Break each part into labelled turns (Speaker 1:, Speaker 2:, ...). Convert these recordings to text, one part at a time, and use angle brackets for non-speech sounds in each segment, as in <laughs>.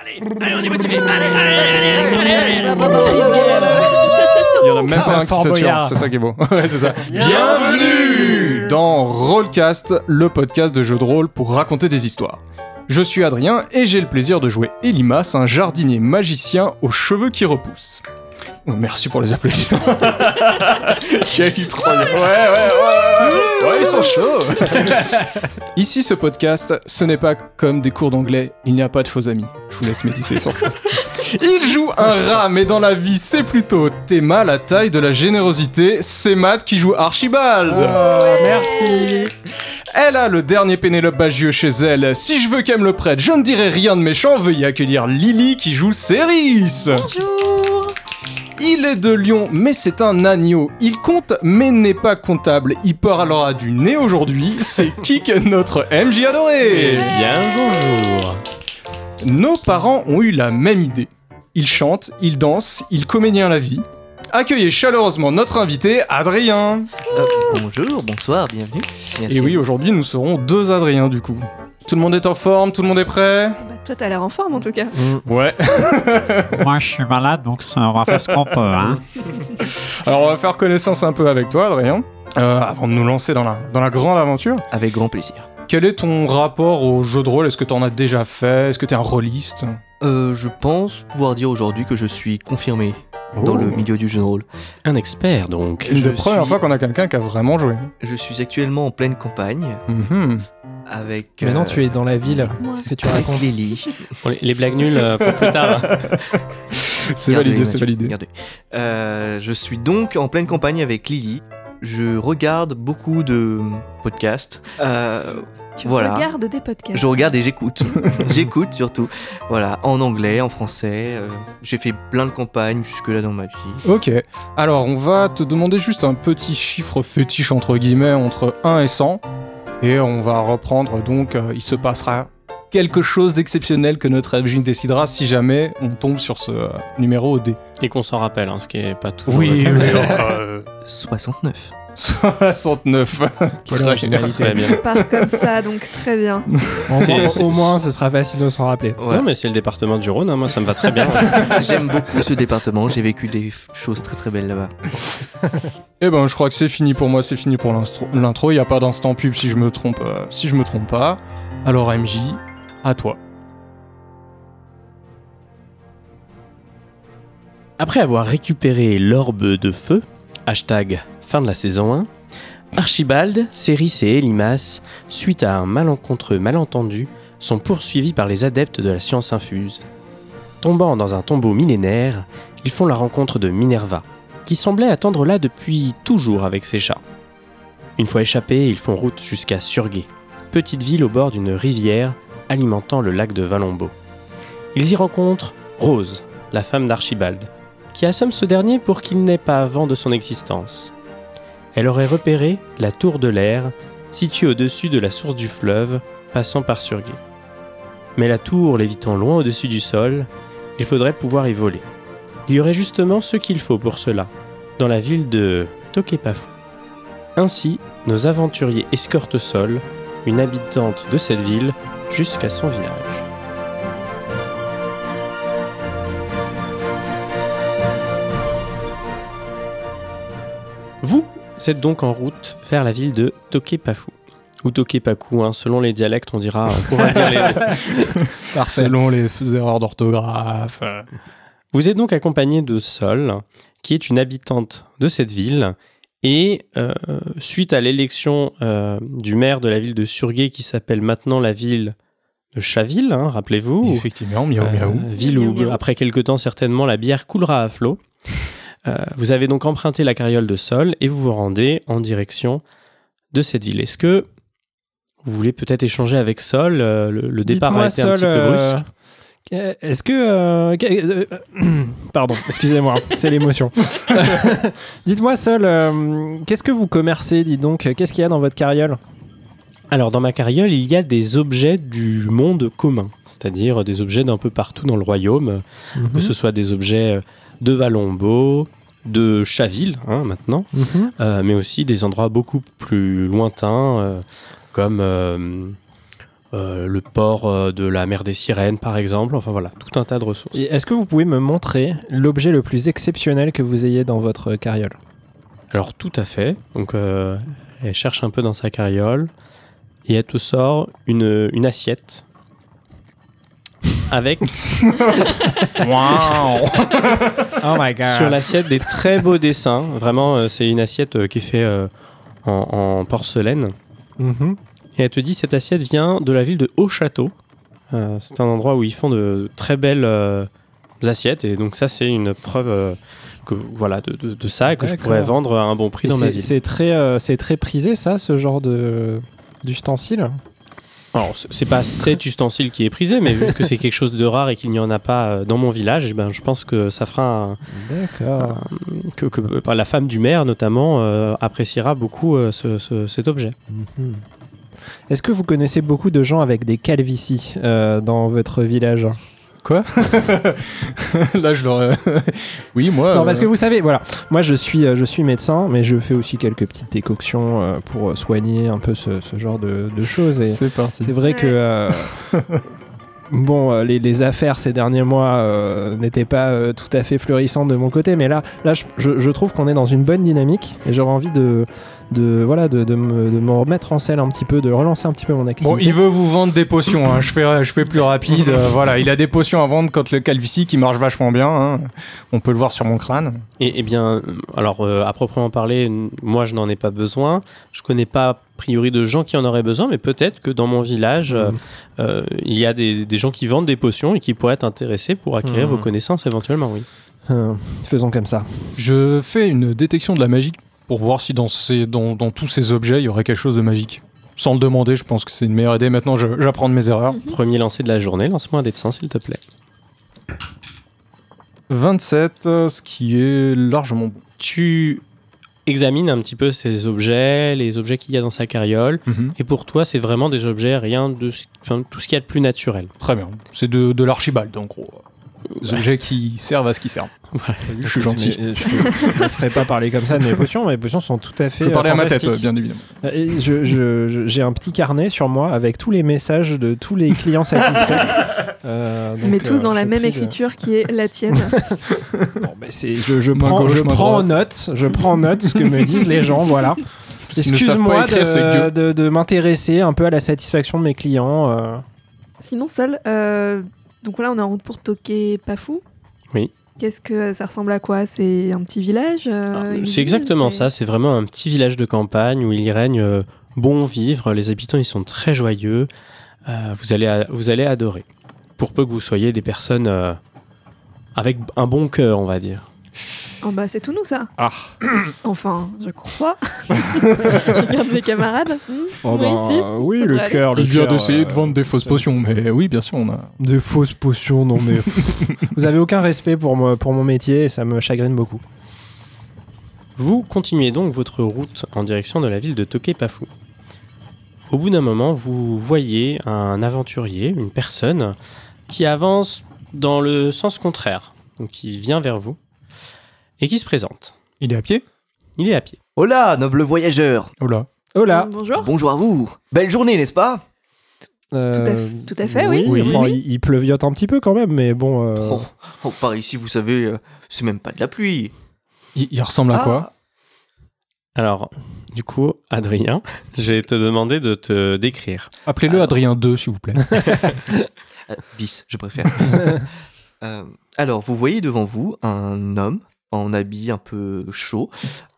Speaker 1: Allez, allez, on est motivé. Allez, allez, allez, allez, allez, allez, allez.
Speaker 2: Il y en a même pas un qui
Speaker 3: Fort
Speaker 2: sature,
Speaker 3: Boyard.
Speaker 2: c'est ça qui est beau. <laughs> Ouais, c'est ça. Bienvenue dans Rollcast, le podcast de jeux de rôle pour raconter des histoires. Je suis Adrien et j'ai le plaisir de jouer Elimas, un jardinier magicien aux cheveux qui repoussent. Oh, merci pour les applaudissements. <laughs> j'ai eu trop bien. Ouais, ouais, ouais, ouais, ouais, ils sont chauds. <laughs> Ici, ce podcast, ce n'est pas comme des cours d'anglais, il n'y a pas de faux amis. Je vous laisse méditer sur le <laughs> il joue un rat, mais dans la vie, c'est plutôt Théma, la taille de la générosité. C'est Matt qui joue Archibald.
Speaker 3: Ah, merci.
Speaker 2: Elle a le dernier Pénélope Bagieux chez elle. Si je veux qu'elle me le prête, je ne dirai rien de méchant. Veuillez accueillir Lily qui joue Céris.
Speaker 4: Bonjour
Speaker 2: Il est de Lyon, mais c'est un agneau. Il compte, mais n'est pas comptable. Il parlera du nez aujourd'hui. C'est Kik, notre MJ adoré.
Speaker 5: Bien bonjour.
Speaker 2: Nos parents ont eu la même idée. Ils chantent, ils dansent, ils comédient la vie. Accueillez chaleureusement notre invité, Adrien.
Speaker 6: bonjour, bonsoir, bienvenue.
Speaker 2: Et oui, aujourd'hui nous serons deux Adriens du coup. Tout le monde est en forme, tout le monde est prêt
Speaker 4: bah, Toi, t'as l'air en forme en tout cas.
Speaker 2: Ouais.
Speaker 3: Moi, je suis malade, donc ça, on va faire ce qu'on peut. Hein.
Speaker 2: Alors on va faire connaissance un peu avec toi, Adrien. Euh, avant de nous lancer dans la, dans la grande aventure,
Speaker 6: Avec grand plaisir.
Speaker 2: quel est ton rapport au jeu de rôle Est-ce que t'en as déjà fait Est-ce que t'es un rôliste
Speaker 6: Euh, je pense pouvoir dire aujourd'hui que je suis confirmé dans
Speaker 2: Oh.
Speaker 6: le milieu du jeu de rôle.
Speaker 5: Un expert donc.
Speaker 2: Une
Speaker 6: Je
Speaker 2: des premières
Speaker 6: suis-
Speaker 2: fois qu'on a quelqu'un qui a vraiment joué.
Speaker 6: Je suis actuellement en pleine campagne
Speaker 2: Mhm.
Speaker 6: avec. euh,
Speaker 3: Maintenant, tu es dans la ville.
Speaker 4: Moi.
Speaker 3: Qu'est-ce que tu racontes
Speaker 6: Lily.
Speaker 5: Bon, les, les blagues nulles euh, pour plus tard. hein.
Speaker 2: C'est
Speaker 6: Regardez,
Speaker 2: validé, c'est
Speaker 6: Mathieu,
Speaker 2: validé.
Speaker 6: regardez. Euh, je suis donc en pleine campagne avec Lily. Je regarde beaucoup de podcasts. Euh,
Speaker 4: Tu
Speaker 6: Voilà.
Speaker 4: regardes des podcasts.
Speaker 6: Je regarde
Speaker 2: <laughs>
Speaker 6: et j'écoute. j'écoute surtout. Voilà, en anglais, en français. euh, J'ai fait plein de campagnes jusque-là dans ma vie.
Speaker 2: Ok, alors on va te demander juste un petit chiffre fétiche entre guillemets entre 1 et 100 et on va reprendre donc euh, il se passera quelque chose d'exceptionnel que notre MJ décidera si jamais on tombe sur ce euh, numéro au dé.
Speaker 5: Et qu'on s'en rappelle, hein, ce qui est pas toujours. le cas.
Speaker 2: Oh.
Speaker 6: 69.
Speaker 2: <laughs> 69.
Speaker 3: Quelle
Speaker 2: Très bien.
Speaker 3: originalité.
Speaker 5: Très bien.
Speaker 4: On part comme ça, donc très bien.
Speaker 3: Au
Speaker 5: C'est-
Speaker 3: moins-
Speaker 5: c'est-
Speaker 3: Au moins, ce sera facile de s'en rappeler.
Speaker 6: Voilà.
Speaker 5: Non mais c'est le département du Rhône, hein, moi ça me va très bien.
Speaker 6: J'aime beaucoup ce département, j'ai vécu des f- choses très très belles là-bas.
Speaker 2: Eh ben, je crois que c'est fini pour moi, c'est fini pour l'instro- l'intro. Il n'y a pas d'instant pub si je me trompe, euh, si je me trompe pas. Alors MJ, à toi.
Speaker 5: Après avoir récupéré l'orbe de feu, hashtag fin de la saison 1, Archibald, Céris et Elimas, suite à un malencontreux malentendu, sont poursuivis par les adeptes de la science infuse. Tombant dans un tombeau millénaire, ils font la rencontre de Minerva, qui semblait attendre là depuis toujours avec ses chats. Une fois échappés, ils font route jusqu'à Surgay, petite ville au bord d'une rivière alimentant le lac de Valombo. Ils y rencontrent Rose, la femme d'Archibald, qui assomme ce dernier pour qu'il n'ait pas vent de son existence. Elle aurait repéré la tour de l'air, située au-dessus de la source du fleuve, passant par Surgay. Mais la tour lévitant loin au-dessus du sol, il faudrait pouvoir y voler. Il y aurait justement ce qu'il faut pour cela, dans la ville de Tokepafu. Ainsi, nos aventuriers escortent Sol, une habitante de cette ville, jusqu'à son village. Vous êtes donc en route vers la ville de Tokepafu. Ou Tokepaku, hein, selon les dialectes, on dira. on pourra dire les deux.
Speaker 3: Parfait.
Speaker 2: Selon les f- erreurs d'orthographe. euh,
Speaker 5: Vous êtes donc accompagné de Sol, qui est une habitante de cette ville. Et euh, suite à l'élection euh, du maire de la ville de Surgay, qui s'appelle maintenant la ville de Chaville, hein, rappelez-vous,
Speaker 2: Effectivement, miaou
Speaker 5: euh,
Speaker 2: miaou. <laughs>
Speaker 5: ville où,
Speaker 4: Miaou, miaou.
Speaker 5: après quelque temps, certainement, la bière coulera à flot. Euh, vous avez donc emprunté la carriole de sol et vous vous rendez en direction de cette ville. Est-ce que vous voulez peut-être échanger avec Sol euh, le, le départ a
Speaker 3: Dites-moi,
Speaker 5: été un
Speaker 3: Sol,
Speaker 5: petit peu
Speaker 3: euh,
Speaker 5: brusque.
Speaker 3: euh, Est-ce que. euh, que- euh, <clears throat> pardon, excusez-moi, c'est l'émotion. <laughs> Dites-moi, Sol, euh, qu'est-ce que vous commercez, dites donc Qu'est-ce qu'il y a dans votre carriole
Speaker 5: Alors, dans ma carriole, il y a des objets du monde commun, c'est-à-dire des objets d'un peu partout dans le royaume,
Speaker 3: Mhm.
Speaker 5: que ce soit des objets euh, de Valombo, de Chaville, hein, maintenant.
Speaker 3: Mhm.
Speaker 5: Euh, mais aussi des endroits beaucoup plus lointains, euh, comme euh, euh, le port euh, de la mer des sirènes, par exemple. Enfin voilà, tout un tas de ressources.
Speaker 3: Et Est-ce que vous pouvez me montrer l'objet le plus exceptionnel que vous ayez dans votre carriole
Speaker 5: Alors tout à fait. Donc euh, elle cherche un peu dans sa carriole et elle te sort une, une assiette avec
Speaker 2: Waouh
Speaker 3: Oh my god.
Speaker 5: sur l'assiette des très beaux dessins. Vraiment, euh, c'est une assiette euh, qui est faite euh, en, en porcelaine.
Speaker 3: Mhm.
Speaker 5: Et elle te dit cette assiette vient de la ville de Haut-Château. Euh, c'est un endroit où ils font de très belles euh, assiettes et donc ça c'est une preuve euh, que voilà de, de- de ça et que je
Speaker 3: D'accord.
Speaker 5: pourrais vendre à un bon prix dans ma
Speaker 3: C'est
Speaker 5: ville.
Speaker 3: c'est très, euh, c'est très prisé ça, ce genre de d'ustensile.
Speaker 5: Alors c'est- c'est pas cet ustensile qui est prisé, mais vu que c'est quelque chose de rare et qu'il n'y en a pas euh, dans mon village, eh ben je pense que ça fera un-
Speaker 3: D'accord.
Speaker 5: que, que par la femme du maire notamment euh, appréciera beaucoup euh, ce- ce- cet objet.
Speaker 3: Mhm. Est-ce que vous connaissez beaucoup de gens avec des calvities euh, dans votre village
Speaker 2: Là, je leur. <laughs> oui, moi.
Speaker 3: Non, parce que
Speaker 2: euh,
Speaker 3: vous savez, voilà, moi je suis, euh, je suis médecin, mais je fais aussi quelques petites décoctions euh, pour euh, soigner un peu ce, ce genre de, de choses. Et
Speaker 2: C'est parti.
Speaker 3: c'est vrai que.
Speaker 4: Ouais.
Speaker 3: euh, <laughs> Bon, euh, les, les affaires ces derniers mois euh, n'étaient pas euh, tout à fait florissantes de mon côté, mais là, là je, je- je trouve qu'on est dans une bonne dynamique et j'aurais envie de, de, voilà, de, de me, de me remettre en selle un petit peu, de relancer un petit peu mon activité.
Speaker 2: Bon, il veut vous vendre des potions. hein. Je, fais, je fais plus rapide. euh, voilà, il a des potions à vendre contre le calvitie qui marche vachement bien. hein. On peut le voir sur mon crâne.
Speaker 5: Et, eh bien, euh, alors euh, à proprement parler, n- moi je n'en ai pas besoin. Je connais pas a priori de gens qui en auraient besoin, mais peut-être que dans mon village, euh,
Speaker 3: Mhm.
Speaker 5: euh, il y a des, des gens qui vendent des potions et qui pourraient être intéressés pour acquérir
Speaker 6: Mhm.
Speaker 5: vos connaissances éventuellement, oui.
Speaker 3: Euh, faisons comme ça.
Speaker 2: Je fais une détection de la magie pour voir si dans, ces, dans, dans tous ces objets il y aurait quelque chose de magique. Sans le demander, je pense que c'est une meilleure idée. Maintenant, je- j'apprends de mes erreurs.
Speaker 5: Premier lancer de la journée, lance-moi un dessin s'il te plaît.
Speaker 2: 27, euh, ce qui est largement bon.
Speaker 5: Tu examines un petit peu ces objets, les objets qu'il y a dans sa carriole,
Speaker 2: Mhm.
Speaker 5: et pour toi c'est vraiment des objets, rien de ce- enfin, tout ce qu'il y a de plus naturel.
Speaker 2: Très bien. C'est de, de l'archibald, en gros. Des objets qui servent à ce qu'ils servent.
Speaker 5: Voilà.
Speaker 2: Je suis gentil.
Speaker 3: Mais, euh, je te laisserai pas parler comme ça de mes potions. Mes potions sont tout à fait.
Speaker 2: Je peux parler
Speaker 3: euh,
Speaker 2: à ma tête, euh,
Speaker 3: fantastiques.
Speaker 2: bien évidemment.
Speaker 3: Euh, et je- je- je- J'ai un petit carnet sur moi avec tous les messages de tous les
Speaker 2: <laughs>
Speaker 3: clients satisfaits. Euh, <laughs> donc,
Speaker 4: Mais tous
Speaker 3: euh,
Speaker 4: dans la
Speaker 3: je
Speaker 4: même
Speaker 3: prie de-
Speaker 4: écriture qui est la
Speaker 3: <laughs>
Speaker 4: tienne.
Speaker 3: Bon, bah, c'est- je, je
Speaker 2: Main
Speaker 3: prends,
Speaker 2: gauche,
Speaker 3: je
Speaker 2: main
Speaker 3: prends en
Speaker 2: droite.
Speaker 3: note. Je prends en note ce que me disent les gens. Voilà.
Speaker 2: qu'ils ne savent pas
Speaker 3: Excuse-moi
Speaker 2: écrire, c'est que
Speaker 3: de, de- de m'intéresser un peu à la satisfaction de mes clients. euh.
Speaker 4: Sinon, seul. euh, donc là, on est en route pour Toké Pafou.
Speaker 5: Oui.
Speaker 4: Qu'est-ce que ça ressemble à quoi C'est un petit village euh,
Speaker 5: Ah,
Speaker 4: une ville,
Speaker 5: C'est exactement
Speaker 4: c'est-
Speaker 5: ça, c'est vraiment un petit village de campagne où il y règne euh, bon vivre, les habitants ils sont très joyeux, Euh, vous, allez, a- vous allez adorer. Pour peu que vous soyez des personnes euh, avec un bon cœur, on va dire.
Speaker 4: Ah bah, c'est tout nous, ça.
Speaker 5: Ah.
Speaker 4: <coughs> Enfin, je
Speaker 5: <laughs>
Speaker 4: crois. je regarde mes camarades. Hmm,
Speaker 3: Oh,
Speaker 4: oui,
Speaker 3: ben,
Speaker 4: si.
Speaker 3: euh, oui,
Speaker 4: ça
Speaker 3: le
Speaker 4: peut aller.
Speaker 3: cœur. le
Speaker 2: Il vient
Speaker 3: cœur,
Speaker 2: d'essayer
Speaker 3: euh,
Speaker 2: de vendre des fausses
Speaker 3: ça-
Speaker 2: potions, mais oui, bien sûr, on a.
Speaker 3: Des fausses potions, non
Speaker 2: <laughs>
Speaker 3: mais. pff. vous avez aucun respect pour, moi, pour mon métier et ça me chagrine beaucoup.
Speaker 5: Vous continuez donc votre route en direction de la ville de Tokepafu. Au bout d'un moment, vous voyez un aventurier, une personne, qui avance dans le sens contraire, donc qui vient vers vous et qui se présente.
Speaker 2: Il est à pied
Speaker 5: Il est à pied.
Speaker 6: Hola, noble voyageur
Speaker 2: Oh là.
Speaker 3: Oh là
Speaker 4: Bonjour.
Speaker 6: Bonjour à vous Belle journée, n'est-ce pas
Speaker 3: Euh,
Speaker 4: tout à fait, oui, oui,
Speaker 3: enfin,
Speaker 4: oui.
Speaker 3: Il, il pleuviote un petit peu quand même, mais bon. euh,
Speaker 6: oh, oh, par ici, vous savez, euh, c'est même pas de la pluie.
Speaker 2: Il, il ressemble à
Speaker 6: Ah,
Speaker 2: quoi
Speaker 5: Alors, du coup, Adrien, <laughs> je vais te demander de te décrire.
Speaker 2: Appelez-le
Speaker 6: Alors.
Speaker 2: Adrien 2, s'il vous plaît.
Speaker 6: Euh, bis, je préfère. <laughs> Euh, alors, vous voyez devant vous un homme en habit un peu chaud,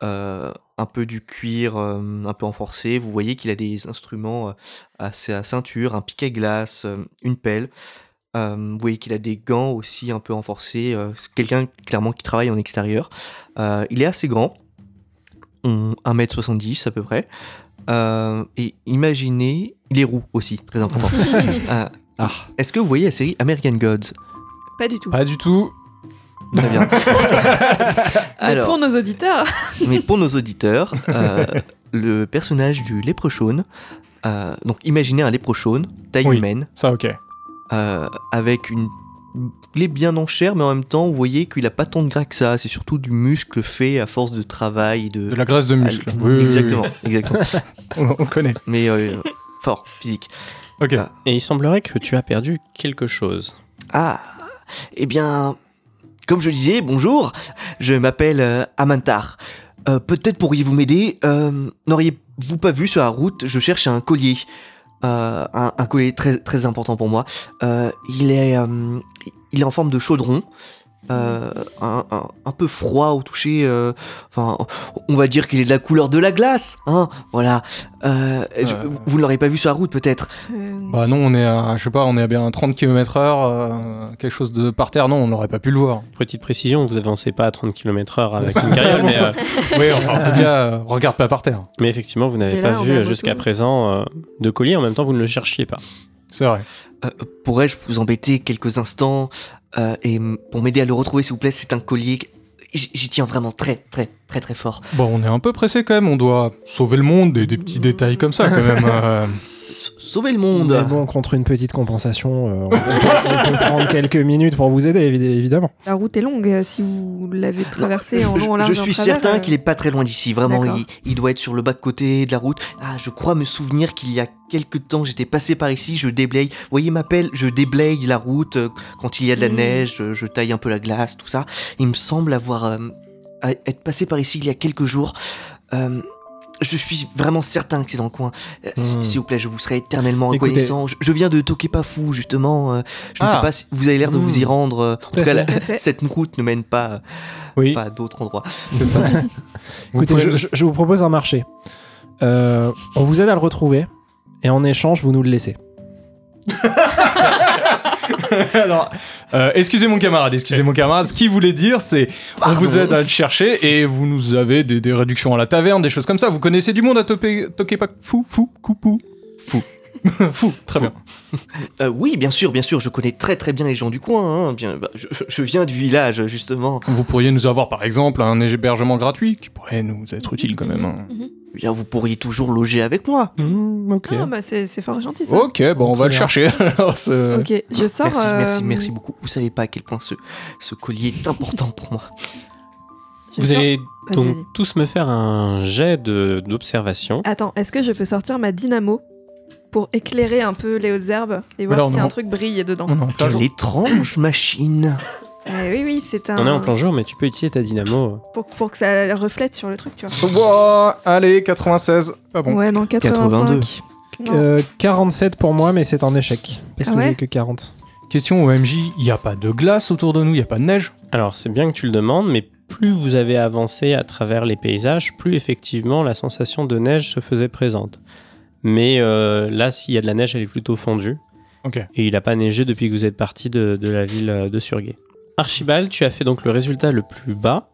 Speaker 6: euh, un peu du cuir euh, un peu renforcé. Vous voyez qu'il a des instruments euh, à sa ceinture, un piquet glace, euh, une pelle. Euh, vous voyez qu'il a des gants aussi un peu renforcés. euh, c'est quelqu'un clairement qui travaille en extérieur. Euh, il est assez grand, hum, 1m70 à peu près. Euh, et imaginez, il est roux aussi, très important. Euh,
Speaker 2: Ah.
Speaker 6: est-ce que vous voyez la série American Gods
Speaker 4: Pas du tout.
Speaker 2: <laughs> Pas du tout.
Speaker 6: Très bien.
Speaker 4: Mais
Speaker 6: Alors,
Speaker 4: pour nos
Speaker 3: <laughs>
Speaker 4: auditeurs,
Speaker 6: mais pour nos auditeurs, euh, le personnage du léprechaune, euh, donc imaginez un léprechaune, taille
Speaker 2: Oui.
Speaker 6: humaine,
Speaker 2: Ça, ok.
Speaker 6: euh, avec une. Il est bien en chair, mais en même temps, vous voyez qu'il a pas tant de gras que ça. C'est surtout du muscle fait à force de travail et de.
Speaker 2: De la
Speaker 6: Ah,
Speaker 2: graisse de muscle.
Speaker 6: Exactement, exactement.
Speaker 2: <laughs> On, on connaît.
Speaker 6: Mais euh, fort, physique.
Speaker 2: Ok.
Speaker 6: Ah.
Speaker 5: Et il semblerait que tu as perdu quelque chose.
Speaker 6: Ah, eh bien, comme je disais, bonjour, je m'appelle euh, Amantar. Euh, Peut-être pourriez-vous m'aider euh, N'auriez-vous pas vu sur la route, je cherche un collier. Euh, un, un collier très, très important pour moi. Euh, il, est, euh, il est en forme de chaudron. euh, un, un- un peu froid au toucher, euh, enfin, on va dire qu'il est de la couleur de la glace, hein, voilà. Euh, je-
Speaker 2: Euh.
Speaker 6: vous- vous ne l'aurez pas vu sur la route, peut-être
Speaker 4: Euh,
Speaker 2: Bah non, on est à, je sais pas, on est à bien 30 km/h, euh, quelque chose de par terre, non, on n'aurait pas pu le voir.
Speaker 5: Petite précision, vous avancez pas à 30 km/h avec une carriole, mais,
Speaker 4: <laughs>
Speaker 5: euh,
Speaker 2: <laughs> Oui, enfin, en tout cas, euh, regarde pas par terre.
Speaker 5: mais effectivement, vous n'avez
Speaker 4: Mais là,
Speaker 5: pas
Speaker 4: on est à
Speaker 5: vu
Speaker 4: moto.
Speaker 5: jusqu'à présent euh, de collier. En même temps, vous ne le cherchiez pas.
Speaker 2: C'est vrai.
Speaker 6: Euh, Pourrais-je vous embêter quelques instants euh, et m- pour m'aider à le retrouver, s'il vous plaît C'est un collier. que- J- J'y tiens vraiment très, très, très, très fort.
Speaker 2: Bon, on est un peu pressé quand même, on doit sauver le monde et des petits détails comme ça quand même. <laughs> euh.
Speaker 6: S- Sauvez le monde
Speaker 3: Mais bon, contre une petite compensation, euh, on, peut, on peut <laughs> prendre quelques minutes pour vous aider, évi- évidemment.
Speaker 4: La route est longue euh, si vous
Speaker 6: <laughs>
Speaker 4: l'avez traversée en
Speaker 6: je,
Speaker 4: long, en euh,
Speaker 6: je
Speaker 4: large.
Speaker 6: suis certain qu'il est pas très loin d'ici, vraiment.
Speaker 4: D'accord.
Speaker 6: Il, il doit être sur le bas-côté de la route. Ah, je crois me souvenir qu'il y a quelque temps, j'étais passé par ici, je déblaye. Vous voyez ma pelle Je déblaye la route euh, quand il y a de la
Speaker 4: Mm.
Speaker 6: neige, je, je taille un peu la glace, tout ça. Il me semble avoir euh, à- être passé par ici il y a quelques jours. Euh, je suis vraiment certain que c'est dans le coin. Euh, s-
Speaker 2: Mm.
Speaker 6: S'il vous plaît, je vous serai éternellement
Speaker 3: Écoutez.
Speaker 6: reconnaissant. Je, je viens de Tokepafu, justement. euh, je ne
Speaker 2: Ah.
Speaker 6: sais pas si vous avez l'air de vous y
Speaker 2: Mm.
Speaker 6: rendre. euh, en
Speaker 3: à
Speaker 6: tout cas,
Speaker 3: fait.
Speaker 6: la-
Speaker 4: Tout à fait.
Speaker 6: cette route ne mène pas, euh,
Speaker 2: Oui,
Speaker 6: pas à d'autres endroits.
Speaker 2: c'est ça. Vous
Speaker 3: Écoutez,
Speaker 2: pouvez-
Speaker 3: je, je- je vous propose un marché. Euh, on vous aide à le retrouver, et en échange, vous nous le laissez.
Speaker 2: Alors, euh, excusez mon camarade, excusez mon camarade. Ce qu'il voulait dire, c'est on vous aide à le chercher et vous nous avez des, des réductions à la taverne, des choses comme ça. Vous connaissez du monde à Topé- Tokepak Fou, fou, coupou.
Speaker 6: Fou.
Speaker 2: Fou, <laughs> très bien.
Speaker 6: Euh, oui, bien sûr, bien sûr, je connais très très bien les gens du coin. hein, bien- bah, je, je viens du village, justement.
Speaker 2: Vous pourriez nous avoir par exemple un hébergement gratuit qui pourrait nous être utile quand même. hein.
Speaker 6: Eh Bien, vous pourriez toujours loger avec moi.
Speaker 3: ok.
Speaker 4: Ah, bah c'est c'est fort gentil ça.
Speaker 2: Ok, bon, on va le
Speaker 3: Très
Speaker 2: chercher.
Speaker 3: bien.
Speaker 2: <laughs> Alors, ce-
Speaker 4: Ok, je sors.
Speaker 6: Oh, merci,
Speaker 4: euh,
Speaker 6: merci, merci beaucoup. Vous savez pas à quel point ce, ce collier est important pour
Speaker 4: <laughs>
Speaker 6: moi.
Speaker 4: je
Speaker 5: vous
Speaker 4: sors-
Speaker 5: allez
Speaker 4: Vas-y,
Speaker 5: donc
Speaker 4: vas-y.
Speaker 5: tous me faire un jet de- d'observation.
Speaker 4: Attends, est-ce que je peux sortir ma dynamo pour éclairer un peu les hautes herbes et voir
Speaker 2: Alors,
Speaker 4: si
Speaker 2: non.
Speaker 4: un truc brille dedans
Speaker 2: On est en plein jour.
Speaker 6: Quelle étrange machine.
Speaker 4: Eh Oui, oui, c'est un.
Speaker 5: On est en plein jour, mais tu peux utiliser ta dynamo. euh,
Speaker 4: Pour, pour que ça reflète sur le truc, tu vois.
Speaker 2: Ouah, allez, 96. Pas bon.
Speaker 4: Ouais, non,
Speaker 6: 82.
Speaker 4: 85. Non.
Speaker 3: Euh, 47 pour moi, mais c'est un échec. Parce
Speaker 4: Ah
Speaker 3: que
Speaker 4: ouais
Speaker 3: j'ai que 40.
Speaker 2: Question OMJ, il n'y a pas de glace autour de nous, il n'y a pas de neige.
Speaker 5: Alors, c'est bien que tu le demandes, mais plus vous avez avancé à travers les paysages, plus effectivement la sensation de neige se faisait présente. Mais euh, là, s'il y a de la neige, elle est plutôt fondue.
Speaker 2: Ok.
Speaker 5: Et il n'a pas neigé depuis que vous êtes parti de, de la ville euh, de Surgay. Archibald, tu as fait donc le résultat le plus bas.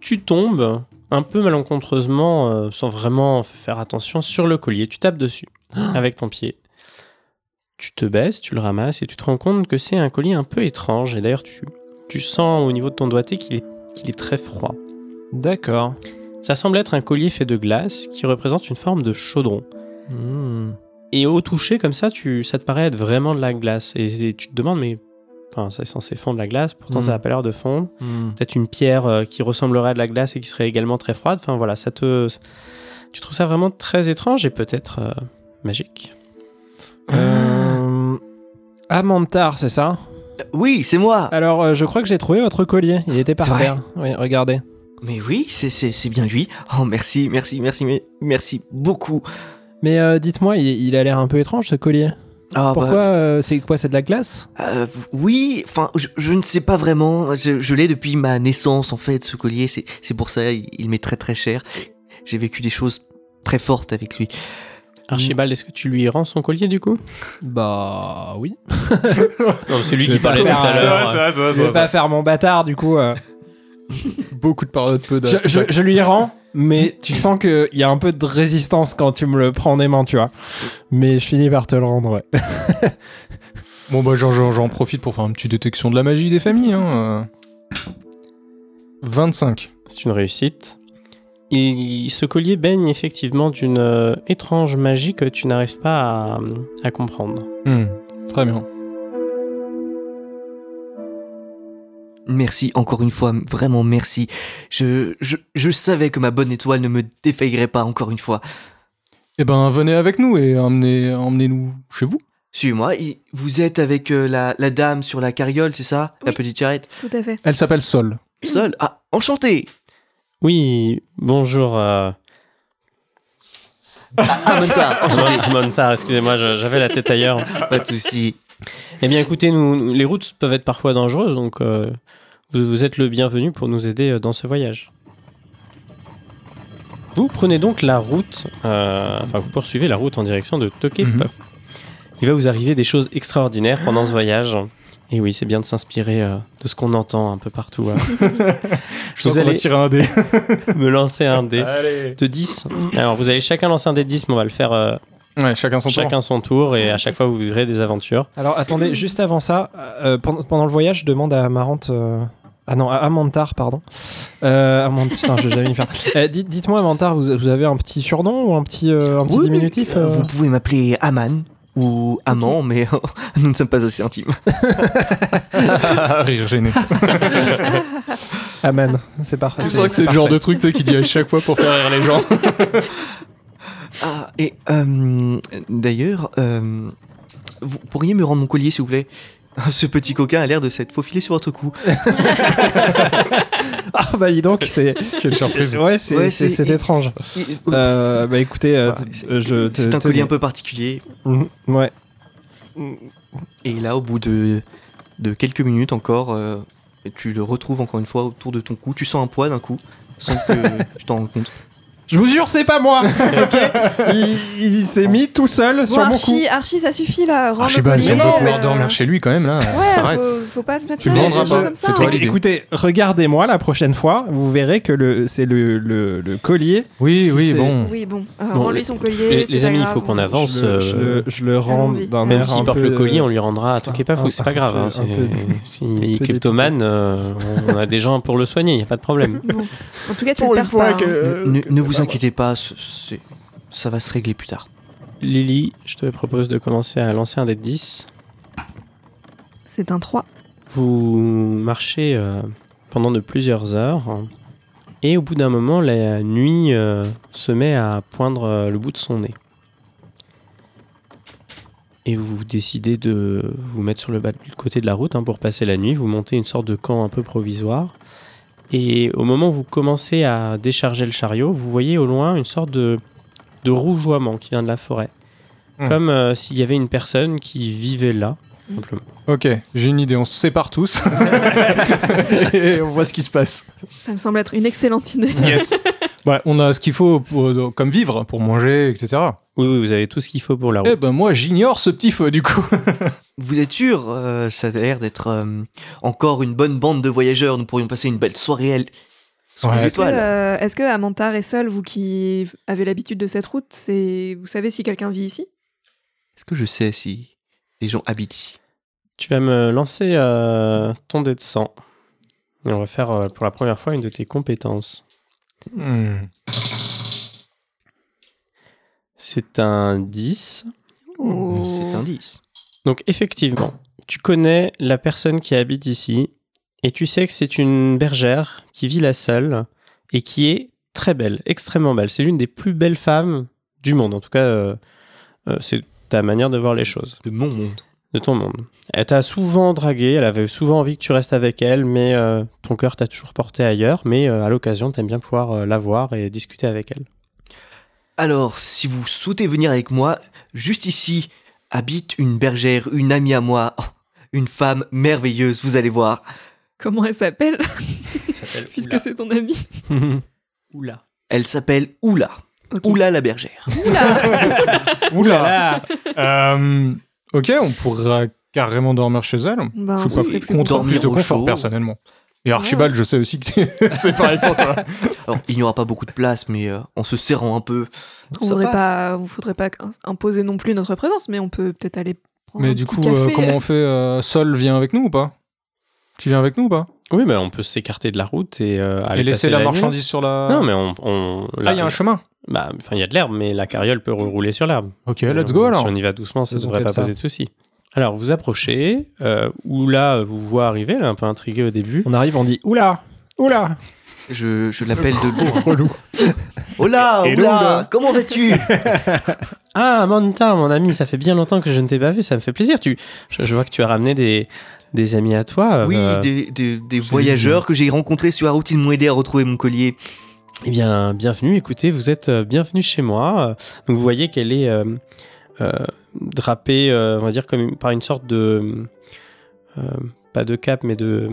Speaker 5: Tu tombes un peu malencontreusement, euh, sans vraiment faire attention, sur le collier. Tu tapes dessus avec ton pied. Tu te baisses, tu le ramasses et tu te rends compte que c'est un collier un peu étrange. Et d'ailleurs, tu, tu sens au niveau de ton doigté qu'il est, qu'il est très froid.
Speaker 3: D'accord.
Speaker 5: Ça semble être un collier fait de glace qui représente une forme de chaudron.
Speaker 3: Hmm.
Speaker 5: Et au toucher, comme ça, tu, ça te paraît être vraiment de la glace. Et, et tu te demandes, mais enfin, ça est censé fondre la glace, pourtant
Speaker 3: Mm.
Speaker 5: ça n'a pas l'air de fondre.
Speaker 3: Hmm.
Speaker 5: Peut-être une pierre euh, qui ressemblerait à de la glace et qui serait également très froide. Enfin voilà, ça te. Tu trouves ça vraiment très étrange et peut-être euh, magique.
Speaker 3: Euh, Amantar, c'est ça
Speaker 6: Euh, Oui, c'est
Speaker 4: Ah.
Speaker 6: moi.
Speaker 3: Alors, euh, je crois que j'ai trouvé votre collier. Il était
Speaker 6: C'est
Speaker 3: par
Speaker 6: vrai
Speaker 3: terre. Oui, regardez.
Speaker 6: Mais oui, c'est- c'est c'est bien lui. Oh, merci, merci, merci, mais- merci beaucoup.
Speaker 3: Mais euh, dites-moi, il, il a l'air un peu étrange ce collier.
Speaker 6: Ah, bah,
Speaker 3: Pourquoi euh, C'est quoi C'est de la glace
Speaker 6: Euh, oui, enfin, je, je ne sais pas vraiment. Je, je l'ai depuis ma naissance, en fait, ce collier. C'est c'est pour ça, il, il m'est très très cher. J'ai vécu des choses très fortes avec lui.
Speaker 3: Hmm.
Speaker 5: Archibald, est-ce que tu lui rends son collier du coup
Speaker 3: Bah oui.
Speaker 5: Non, c'est lui
Speaker 3: Je
Speaker 5: qui
Speaker 3: vais pas
Speaker 5: parlait tout
Speaker 3: faire un-
Speaker 5: à
Speaker 3: C'est vrai,
Speaker 5: l'heure.
Speaker 2: c'est vrai,
Speaker 3: Je vais pas faire mon bâtard du coup. euh.
Speaker 2: <laughs> Beaucoup de paroles de peu
Speaker 3: je, je- je lui rends, mais tu sens qu'il y a un peu de résistance quand tu me le prends des mains, tu vois. Mais je finis par te le rendre, ouais.
Speaker 2: Bon, bah, j'en- j'en j'en profite pour faire une petite détection de la magie des familles. Hein. euh. 25.
Speaker 5: C'est une réussite. Et ce collier baigne effectivement d'une euh, étrange magie que tu n'arrives pas à, à comprendre.
Speaker 2: Hmm, Très bien.
Speaker 6: Merci encore une fois, vraiment merci. Je, je, je savais que ma bonne étoile ne me défaillerait pas encore une fois.
Speaker 2: Eh ben, venez avec nous et emmenez- emmenez-nous chez vous.
Speaker 6: Suivez-moi. Il- Vous êtes avec euh, la, la dame sur la carriole, c'est ça La
Speaker 4: Oui.
Speaker 6: petite charrette
Speaker 4: Tout à fait.
Speaker 2: Elle s'appelle Sol.
Speaker 6: Seule Ah, enchanté
Speaker 5: Oui, bonjour. euh,
Speaker 6: Ah,
Speaker 5: <laughs>
Speaker 6: Manta, enchanté
Speaker 5: Mon- Montar, excusez-moi, je- j'avais la tête ailleurs.
Speaker 6: Pas de soucis.
Speaker 5: Eh bien, écoutez, nous, nous- les routes peuvent être parfois dangereuses, donc euh, vous, vous êtes le bienvenu pour nous aider euh, dans ce voyage. Vous prenez donc la route, euh, enfin, vous poursuivez la route en direction de Tokep.
Speaker 2: Mhm.
Speaker 5: Il va vous arriver des choses extraordinaires pendant ce voyage. Et oui, c'est bien de s'inspirer euh, de ce qu'on entend un peu
Speaker 2: <laughs>
Speaker 5: partout. hein.
Speaker 2: Je
Speaker 5: Vous
Speaker 2: sens qu'on va
Speaker 5: allez-
Speaker 2: tirer un dé.
Speaker 5: Me lancer un dé de 10. Alors, vous allez chacun lancer un dé de 10, mais on va le faire euh,
Speaker 2: <laughs> Ouais, chacun son tour.
Speaker 5: chacun son tour, et à chaque fois, vous vivrez des aventures.
Speaker 3: Alors attendez, juste avant ça, euh, pendant, pendant le voyage, je demande à Amarante. euh, Ah non, à Amantar, pardon. Euh, Amant- putain, je vais jamais y faire. Euh, dites- Dites-moi, Amantar, vous, vous avez un petit surnom ou un petit, euh, un petit
Speaker 6: Oui,
Speaker 3: diminutif
Speaker 6: Euh,
Speaker 3: euh
Speaker 6: Vous pouvez m'appeler Aman ou Amant, mais <laughs> nous ne sommes pas assez intimes.
Speaker 2: Ah, Rire gêné.
Speaker 3: Aman, c'est parfait.
Speaker 2: <laughs> C'est vrai que c'est le genre de truc tu sais, qu'il dit à chaque fois pour faire rire les gens.
Speaker 6: Ah, et euh, d'ailleurs, euh, vous pourriez me rendre mon collier, s'il vous plaît <laughs> ce petit coquin a l'air de s'être faufilé sur votre cou.
Speaker 3: Ah bah dis donc, c'est
Speaker 2: Quelle surprise.
Speaker 3: ouais, c'est
Speaker 6: Ouais,
Speaker 3: c'est-
Speaker 6: c'est-
Speaker 3: c'est étrange.
Speaker 6: Il-
Speaker 3: Euh, bah écoutez, euh,
Speaker 6: Voilà,
Speaker 3: t-
Speaker 6: c'est-
Speaker 3: euh, je te-
Speaker 6: C'est un
Speaker 3: te-
Speaker 6: collier un peu particulier.
Speaker 3: Mhm, Ouais.
Speaker 6: Et là, au bout de, de quelques minutes encore, euh, tu le retrouves encore une fois autour de ton cou. Tu sens un poids d'un coup, sans
Speaker 3: <laughs>
Speaker 6: que tu t'en rends compte.
Speaker 3: Je vous jure, c'est pas <laughs> moi. ok il il s'est mis tout seul
Speaker 4: Bon,
Speaker 3: sur mon cou.
Speaker 4: Archie, Archie, ça suffit là. Rends
Speaker 5: bah,
Speaker 4: le
Speaker 2: Archibald, si
Speaker 4: collier,
Speaker 2: on peut
Speaker 4: euh,
Speaker 2: pouvoir dormir chez lui quand même là.
Speaker 4: Ouais,
Speaker 2: Arrête.
Speaker 4: faut, faut pas se mettre
Speaker 2: Tu
Speaker 4: là,
Speaker 2: le
Speaker 4: des
Speaker 2: vendras
Speaker 4: choses
Speaker 2: pas.
Speaker 4: Comme ça,
Speaker 2: Fais-toi
Speaker 4: hein.
Speaker 2: Éc- l'idée.
Speaker 3: Écoutez, regardez-moi la prochaine fois, vous verrez que le, c'est le, le, le collier.
Speaker 2: Oui, oui,
Speaker 3: C'est-
Speaker 2: bon.
Speaker 4: Oui, bon, euh,
Speaker 5: Bon,
Speaker 4: rends-lui
Speaker 5: les-
Speaker 4: son collier.
Speaker 5: les-
Speaker 4: c'est
Speaker 5: les
Speaker 4: pas
Speaker 5: amis, il
Speaker 4: grave.
Speaker 5: faut qu'on avance. Pense,
Speaker 3: je, le, je
Speaker 5: euh,
Speaker 3: le- je le rends
Speaker 4: Allons-y.
Speaker 3: d'un
Speaker 5: Même
Speaker 3: air un
Speaker 5: s'il porte
Speaker 3: peu,
Speaker 5: le collier,
Speaker 3: euh,
Speaker 5: on lui rendra à
Speaker 3: un-
Speaker 5: Tokepaf,
Speaker 3: un-
Speaker 5: c'est pas
Speaker 3: un
Speaker 5: grave.
Speaker 3: peu-
Speaker 5: hein,
Speaker 3: un
Speaker 5: c'est- <laughs>
Speaker 3: peu-
Speaker 5: S'il est
Speaker 3: peu
Speaker 5: kleptomane, euh, on a des gens pour le soigner, il n'y a pas de problème.
Speaker 4: Bon. En tout cas, tu le perds pas. hein.
Speaker 3: Euh,
Speaker 6: ne ne vous inquiétez pas, ce- c'est- ça va se régler plus tard.
Speaker 5: Lily, je te propose de commencer à lancer un dé de 10.
Speaker 4: C'est un 3.
Speaker 5: Vous marchez euh, pendant de plusieurs heures, hein, et au bout d'un moment, la nuit euh, se met à poindre euh, le bout de son nez. Et vous décidez de vous mettre sur le bas de côté de la route hein, pour passer la nuit. Vous montez une sorte de camp un peu provisoire. Et au moment où vous commencez à décharger le chariot, vous voyez au loin une sorte de, de rougeoiement qui vient de la forêt.
Speaker 2: Hmm.
Speaker 5: Comme euh, s'il y avait une personne qui vivait là,
Speaker 4: Hmm.
Speaker 5: simplement.
Speaker 2: Ok, j'ai une idée. On se sépare
Speaker 6: <laughs>
Speaker 2: tous et on voit ce qui se passe.
Speaker 4: Ça me semble être une excellente idée.
Speaker 2: Yes. Ouais, on a ce qu'il faut pour- euh, comme vivre, pour manger, etc.
Speaker 6: Ah
Speaker 5: Oui, oui, vous avez tout ce qu'il faut pour la route.
Speaker 2: Eh ben moi, j'ignore ce petit feu du coup.
Speaker 6: Vous êtes sûr euh, Ça a l'air d'être euh, encore une bonne bande de voyageurs. Nous pourrions passer une belle soirée. à l- sous les
Speaker 2: Ouais.
Speaker 4: Est-ce que,
Speaker 6: étoiles.
Speaker 4: euh, est-ce que Amantar et Sol, vous qui f- avez l'habitude de cette route, c'est... vous savez si quelqu'un vit ici
Speaker 6: Est-ce que je sais si les gens habitent ici
Speaker 5: Tu vas me lancer euh, ton dé de sang. Et on va faire euh, pour la première fois une de tes compétences.
Speaker 2: Hmm.
Speaker 5: C'est un 10.
Speaker 4: Ou-
Speaker 6: Cet indice.
Speaker 5: Donc effectivement, tu connais la personne qui habite ici et tu sais que c'est une bergère qui vit la seule et qui est très belle, extrêmement belle. C'est l'une des plus belles femmes du monde. En tout cas, euh, euh, c'est ta manière de voir les choses.
Speaker 6: De mon monde.
Speaker 5: de ton monde. Elle t'a souvent dragué, elle avait souvent envie que tu restes avec elle, mais euh, ton cœur t'a toujours porté ailleurs. Mais euh, à l'occasion, t'aimes bien pouvoir euh, la voir et discuter avec elle.
Speaker 6: Alors, si vous souhaitez venir avec moi, juste ici habite une bergère, une amie à moi, <laughs> oh, une femme merveilleuse, vous allez voir.
Speaker 4: Comment elle s'appelle <laughs> Puisque
Speaker 5: Oula.
Speaker 4: c'est ton ami.
Speaker 5: Oula.
Speaker 6: Elle s'appelle Oula.
Speaker 4: Ok.
Speaker 6: Oula la bergère.
Speaker 4: Oula.
Speaker 5: <laughs>
Speaker 3: Ah.
Speaker 2: Oula. Euh, ok, on pourra carrément dormir chez elle.
Speaker 4: Ben,
Speaker 2: je suis pas
Speaker 4: ce serait
Speaker 6: Ah, oui,
Speaker 4: cool.
Speaker 2: contre
Speaker 6: Dormir
Speaker 2: plus de
Speaker 6: au
Speaker 2: confort
Speaker 6: chaud. Ah.
Speaker 2: personnellement. Et Archibald, je sais aussi que
Speaker 6: <laughs>
Speaker 2: c'est <laughs> pareil pour toi.
Speaker 6: Alors, il n'y aura pas beaucoup de place, mais euh, en se serrant un peu,
Speaker 4: On
Speaker 6: ça
Speaker 4: voudrait
Speaker 6: passe.
Speaker 4: pas, on faudrait pas qu'in- imposer non plus notre présence, mais on peut peut-être aller prendre un
Speaker 2: Mais du
Speaker 4: petit
Speaker 2: coup,
Speaker 4: café.
Speaker 2: euh, comment on fait euh, Sol vient avec nous ou pas Tu viens avec nous ou pas
Speaker 5: Oui, mais on peut s'écarter de la route et, euh, aller
Speaker 2: Et laisser
Speaker 5: passer
Speaker 2: la
Speaker 5: nuit.
Speaker 2: marchandise sur la.
Speaker 5: Non, mais on. on-
Speaker 2: Ah,
Speaker 5: la-
Speaker 2: il y a un chemin.
Speaker 5: bah, enfin, il y a de l'herbe, mais la carriole peut rouler sur l'herbe. Euh,
Speaker 2: Ok, let's go
Speaker 5: Si
Speaker 2: alors.
Speaker 5: on y va doucement, ça ne
Speaker 3: Faisons
Speaker 5: devrait
Speaker 3: comme
Speaker 5: pas
Speaker 3: ça.
Speaker 5: poser de soucis. Alors, vous approchez, euh, Oula vous voit arriver, elle est un peu intriguée au début.
Speaker 3: On arrive, on dit oula. Oula
Speaker 6: Je, je l'appelle de loin.
Speaker 3: Relou.
Speaker 6: Hola,
Speaker 3: Hello,
Speaker 6: hola,
Speaker 3: là.
Speaker 6: comment vas-tu
Speaker 5: Ah, Manta, mon ami, ça fait bien longtemps que je ne t'ai pas vu, ça me fait plaisir. Tu, je, je vois que tu as ramené des, des amis à toi.
Speaker 6: Oui,
Speaker 5: euh,
Speaker 6: des, des- des voyageurs que j'ai rencontrés sur la route, ils m'ont aidé à retrouver mon collier.
Speaker 5: Eh bien, bienvenue. Écoutez, vous êtes euh, bienvenue chez moi. Euh, Donc, vous voyez qu'elle est euh, euh, drapée, euh, on va dire, comme une- par une sorte de. euh, pas de cape, mais de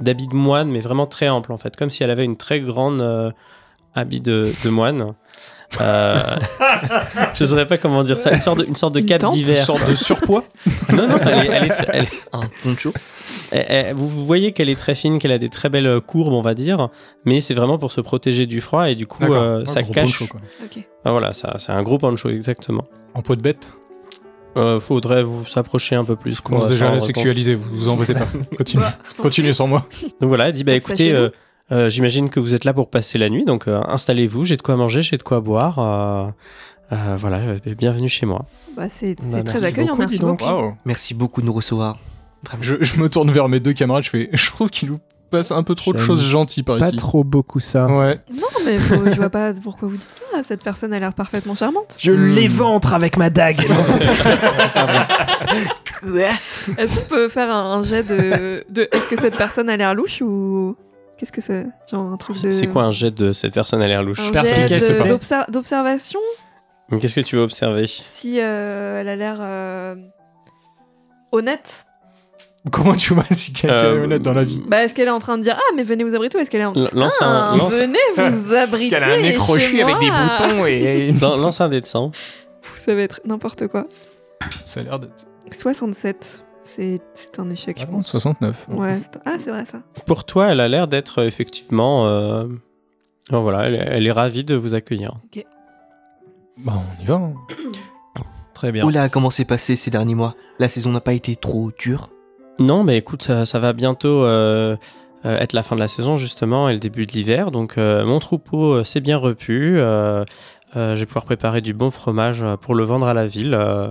Speaker 5: d'habit de moine, mais vraiment très ample en fait. Comme si elle avait une très grande euh, habit de, de moine. Euh, je ne saurais pas comment dire ça. Une sorte de, une sorte de
Speaker 4: Une
Speaker 5: cape
Speaker 4: tente
Speaker 5: d'hiver.
Speaker 2: de surpoids.
Speaker 5: Non, non, elle est- elle est- elle-
Speaker 6: Un poncho.
Speaker 5: eh, eh, vous vous voyez qu'elle est très fine, qu'elle a des très belles courbes, on va dire, mais c'est vraiment pour se protéger du froid et du coup,
Speaker 2: D'accord.
Speaker 5: euh, ça cache.
Speaker 4: Ok.
Speaker 5: Ah, voilà, ça, c'est un gros poncho, exactement.
Speaker 2: En poids de bête.
Speaker 5: Euh, faudrait vous s'approcher un peu plus.
Speaker 2: Je commence
Speaker 5: qu'on va
Speaker 2: déjà
Speaker 5: s'en
Speaker 2: à la
Speaker 5: rendre compte.
Speaker 2: sexualiser, vous vous embêtez pas. Continuez. Continuez sans moi.
Speaker 5: Donc voilà, elle dit bah
Speaker 4: Faites ça
Speaker 5: écoutez,
Speaker 4: chez
Speaker 5: euh, euh, j'imagine que vous êtes là pour passer la nuit, donc euh, installez-vous, j'ai de quoi manger, j'ai de quoi boire. euh, euh, voilà, euh, bienvenue chez moi.
Speaker 4: Bah, c'est
Speaker 3: Bah,
Speaker 4: c'est
Speaker 3: merci
Speaker 4: très accueillant,
Speaker 3: beaucoup,
Speaker 4: merci
Speaker 3: dis donc.
Speaker 4: beaucoup.
Speaker 6: Merci beaucoup de nous recevoir. Vraiment.
Speaker 2: Je, je me tourne vers mes deux camarades, je fais. Je trouve qu'il nous passe un peu trop de
Speaker 3: J'aime
Speaker 2: choses gentilles par
Speaker 3: Pas
Speaker 2: ici.
Speaker 3: trop beaucoup ça.
Speaker 2: Ouais.
Speaker 4: Non, mais faut- je vois pas pourquoi vous dites ça. Cette personne a l'air parfaitement charmante.
Speaker 3: Je
Speaker 2: Hmm.
Speaker 3: l'éventre avec ma dague Non, c'est-
Speaker 4: Est-ce qu'on peut faire un, un jet de. de Est-ce que cette personne a l'air louche ou. Qu'est-ce que c'est Genre un truc de.
Speaker 5: C'est c'est quoi un jet de cette personne à l'air louche
Speaker 4: un
Speaker 3: Personne
Speaker 4: jet
Speaker 3: qui sait
Speaker 4: de-
Speaker 3: pas.
Speaker 4: d'obser- d'observation
Speaker 5: Mais Qu'est-ce que tu veux observer
Speaker 4: si euh, elle a l'air euh, honnête.
Speaker 2: Comment tu vois si quelqu'un est
Speaker 5: Euh,
Speaker 2: honnête dans la vie
Speaker 4: Bah, est-ce qu'elle est en train de dire Ah, mais venez vous abriter ou est-ce qu'elle est en
Speaker 5: L- Lance
Speaker 4: Ah,
Speaker 5: un, lance,
Speaker 4: venez vous abriter chez moi.
Speaker 2: et.
Speaker 5: lan- lance un dé de 100.
Speaker 4: Pff, Ça va être n'importe quoi.
Speaker 2: Ça a l'air d'être.
Speaker 4: 67. C'est c'est un échec, je
Speaker 2: Ah,
Speaker 4: pense.
Speaker 2: 69.
Speaker 4: Ouais, c'est- ah, c'est vrai ça.
Speaker 5: Pour toi, elle a l'air d'être euh, effectivement. euh, oh, voilà, elle, elle est ravie de vous accueillir.
Speaker 2: Bah, on y va. hein.
Speaker 3: Très bien.
Speaker 6: Oula, comment s'est passé ces derniers mois La saison n'a pas été trop dure
Speaker 5: Non, mais écoute, ça, ça va bientôt euh, euh, être la fin de la saison justement et le début de l'hiver. Donc euh, mon troupeau euh, s'est bien repu. euh, euh, je vais pouvoir préparer du bon fromage euh, pour le vendre à la ville. euh,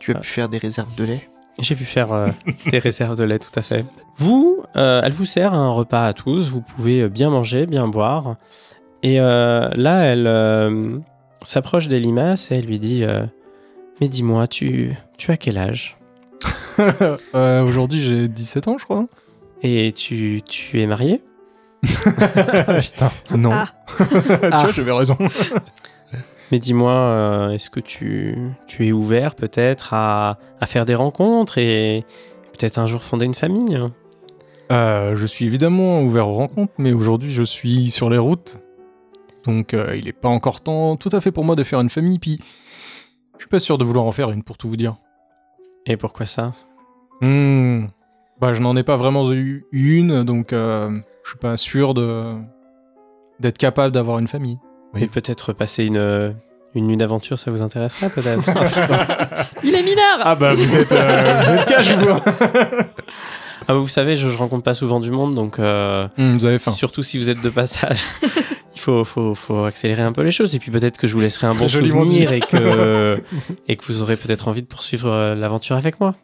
Speaker 6: Tu as
Speaker 5: Ah.
Speaker 6: pu faire des réserves de <laughs> lait
Speaker 5: J'ai pu faire euh, des réserves de lait, tout à fait. Vous, euh, elle vous sert un repas à tous. Vous pouvez euh, bien manger, bien boire. Et euh, là, elle euh, s'approche des limaces et elle lui dit euh, Mais dis-moi, tu, tu as quel âge
Speaker 2: Euh, Aujourd'hui, j'ai 17 ans, je crois.
Speaker 5: Et tu, tu es marié
Speaker 3: Putain.
Speaker 4: <laughs>
Speaker 2: Non. <laughs>
Speaker 4: Ah.
Speaker 2: tu vois, j'avais raison.
Speaker 5: Mais dis-moi, euh, est-ce que tu, tu es ouvert peut-être à, à faire des rencontres et peut-être un jour fonder une famille
Speaker 2: Euh, je suis évidemment ouvert aux rencontres, mais aujourd'hui je suis sur les routes. Donc euh, il n'est pas encore temps tout à fait pour moi de faire une famille, puis je suis pas sûr de vouloir en faire une pour tout vous dire.
Speaker 5: Et pourquoi ça
Speaker 2: Hmm. Bah je n'en ai pas vraiment eu une, donc euh, je suis pas sûr de d'être capable d'avoir une famille. Oui.
Speaker 5: Et peut-être passer une, une nuit d'aventure, ça vous intéresserait peut-être
Speaker 4: Il est mineur
Speaker 2: Ah bah vous êtes euh, vous êtes cash vous. hein.
Speaker 5: Ah, vous savez, je, je rencontre pas souvent du monde, donc euh,
Speaker 2: Hmm, vous avez faim.
Speaker 5: surtout si vous êtes
Speaker 2: <laughs>
Speaker 5: de passage, il faut, faut, faut accélérer un peu les choses. Et puis peut-être que je vous laisserai un
Speaker 2: C'est
Speaker 5: bon
Speaker 2: très joliment
Speaker 5: souvenir et que,
Speaker 2: <laughs>
Speaker 5: et que vous aurez peut-être envie de poursuivre euh, l'aventure avec moi.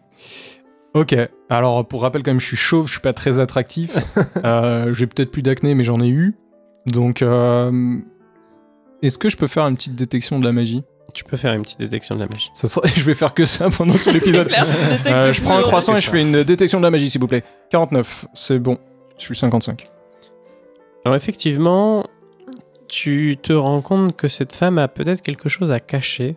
Speaker 2: Ok. Alors pour rappel quand même, je suis chauve, je suis pas très <laughs> attractif. Euh, j'ai peut-être plus d'acné, mais j'en ai eu. Donc euh, est-ce que je peux faire une petite détection de la magie
Speaker 5: Tu peux faire une petite détection de la magie.
Speaker 2: Ça sera- <laughs> Je vais faire que ça pendant tout l'épisode.
Speaker 4: <laughs> Claire, tu détectes
Speaker 2: Euh,
Speaker 4: des
Speaker 2: je prends un
Speaker 4: boulots.
Speaker 2: croissant et je
Speaker 6: ça.
Speaker 2: fais une détection de la magie, s'il vous plaît. 49, c'est bon. Je suis 55.
Speaker 5: Alors effectivement, tu te rends compte que cette femme a peut-être quelque chose à cacher,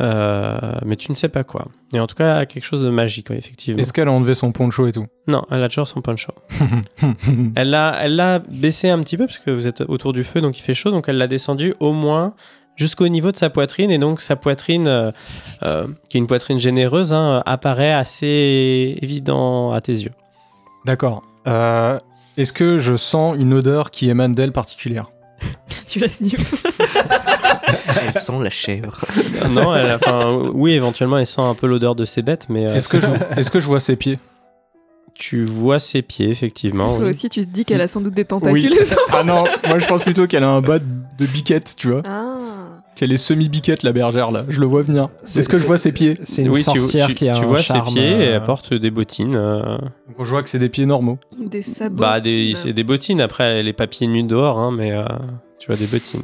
Speaker 5: euh, mais tu ne sais pas quoi. Et en tout cas, quelque chose de magique, ouais, effectivement.
Speaker 2: Est-ce qu'elle a enlevé son poncho et tout
Speaker 5: Non, elle a toujours
Speaker 2: <laughs>
Speaker 5: son poncho. Elle l'a, elle l'a baissé un petit peu parce que vous êtes autour du feu, donc il fait chaud, donc elle l'a descendu au moins jusqu'au niveau de sa poitrine, et donc sa poitrine, euh, euh, qui est une poitrine généreuse, hein, apparaît assez évident à tes yeux.
Speaker 2: D'accord. Euh, Est-ce que je sens une odeur qui émane d'elle particulière
Speaker 4: Tu la sniffes.
Speaker 6: Elle sent la chèvre.
Speaker 5: non, elle, enfin, <laughs> oui, éventuellement, elle sent un peu l'odeur de ses bêtes, mais euh,
Speaker 2: Est-ce que, <laughs> je... est que je vois ses pieds
Speaker 5: tu vois ses pieds, effectivement.
Speaker 4: Toi
Speaker 5: oui.
Speaker 4: aussi, tu te dis qu'elle a sans doute des tentacules.
Speaker 2: Ah non, moi je pense plutôt qu'elle a un bas de de biquette, tu vois.
Speaker 4: ah.
Speaker 2: Qu'elle est semi-biquette, la bergère, là. Je le vois venir.
Speaker 3: C'est-
Speaker 2: Est-ce que je vois ses pieds
Speaker 3: <laughs> C'est une
Speaker 5: Oui, tu-
Speaker 3: sorcière
Speaker 5: tu,
Speaker 3: qui a
Speaker 5: tu
Speaker 3: un
Speaker 5: vois
Speaker 3: charme.
Speaker 5: ses pieds et
Speaker 3: euh,
Speaker 5: elle porte des bottines. euh,
Speaker 2: Donc, Je vois que c'est des pieds normaux.
Speaker 4: Des sabots.
Speaker 5: Bah, des, c'est des bottines. Après, les papiers nus dehors, hein, mais euh, tu vois des bottines.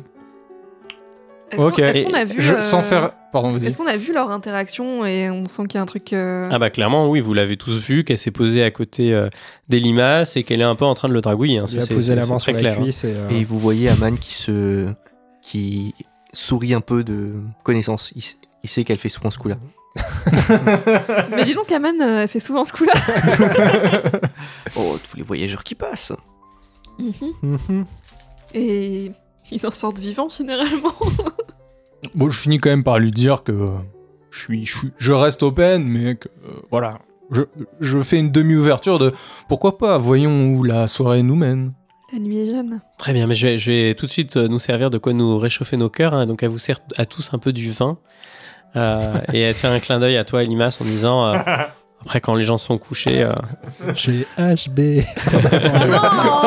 Speaker 4: Est-ce qu'on-
Speaker 2: Ok.
Speaker 4: Est-ce qu'on a vu.
Speaker 2: Je-
Speaker 4: euh,
Speaker 2: Sans faire. Pardon, vas-y.
Speaker 4: Est-ce qu'on a vu leur interaction et on sent qu'il y a un truc.
Speaker 3: Hein.
Speaker 4: euh,
Speaker 5: Ah bah clairement, oui, vous l'avez tous vu, qu'elle s'est posée à côté euh, des limaces et qu'elle est un peu en train de le dragouiller. hein.
Speaker 3: Il
Speaker 5: Ça,
Speaker 3: a
Speaker 5: c'est-
Speaker 3: posé
Speaker 5: c'est-
Speaker 3: la
Speaker 5: c'est
Speaker 3: main
Speaker 5: très
Speaker 3: sur la
Speaker 5: clair, hein.
Speaker 3: cuisse et, euh,
Speaker 6: Et vous voyez Aman qui se. qui sourit un peu de connaissance. Il, s- il sait qu'elle fait souvent ce coup-là.
Speaker 4: Mais dis donc, Aman, euh, elle fait souvent ce
Speaker 2: <laughs>
Speaker 4: coup-là.
Speaker 6: Oh, tous les voyageurs qui passent
Speaker 3: mhm.
Speaker 4: Et <laughs> ils en sortent vivants généralement.
Speaker 2: Bon, je finis quand même par lui dire que je suis, je, suis- je reste open, mais que, euh, voilà, je, je fais une demi-ouverture de pourquoi pas, voyons où la soirée nous mène.
Speaker 4: La nuit est
Speaker 5: <laughs>
Speaker 4: jeune.
Speaker 5: hein. Très bien, mais je vais, je vais tout de suite euh, nous servir de quoi nous réchauffer nos cœurs. hein. Donc elle vous sert à tous un peu du vin euh, et elle te fait un clin d'œil à toi, Elimas, en disant... euh,
Speaker 3: <laughs>
Speaker 5: Après, quand les gens sont couchés, euh,
Speaker 3: J'ai HB.
Speaker 2: <laughs>
Speaker 4: Oh,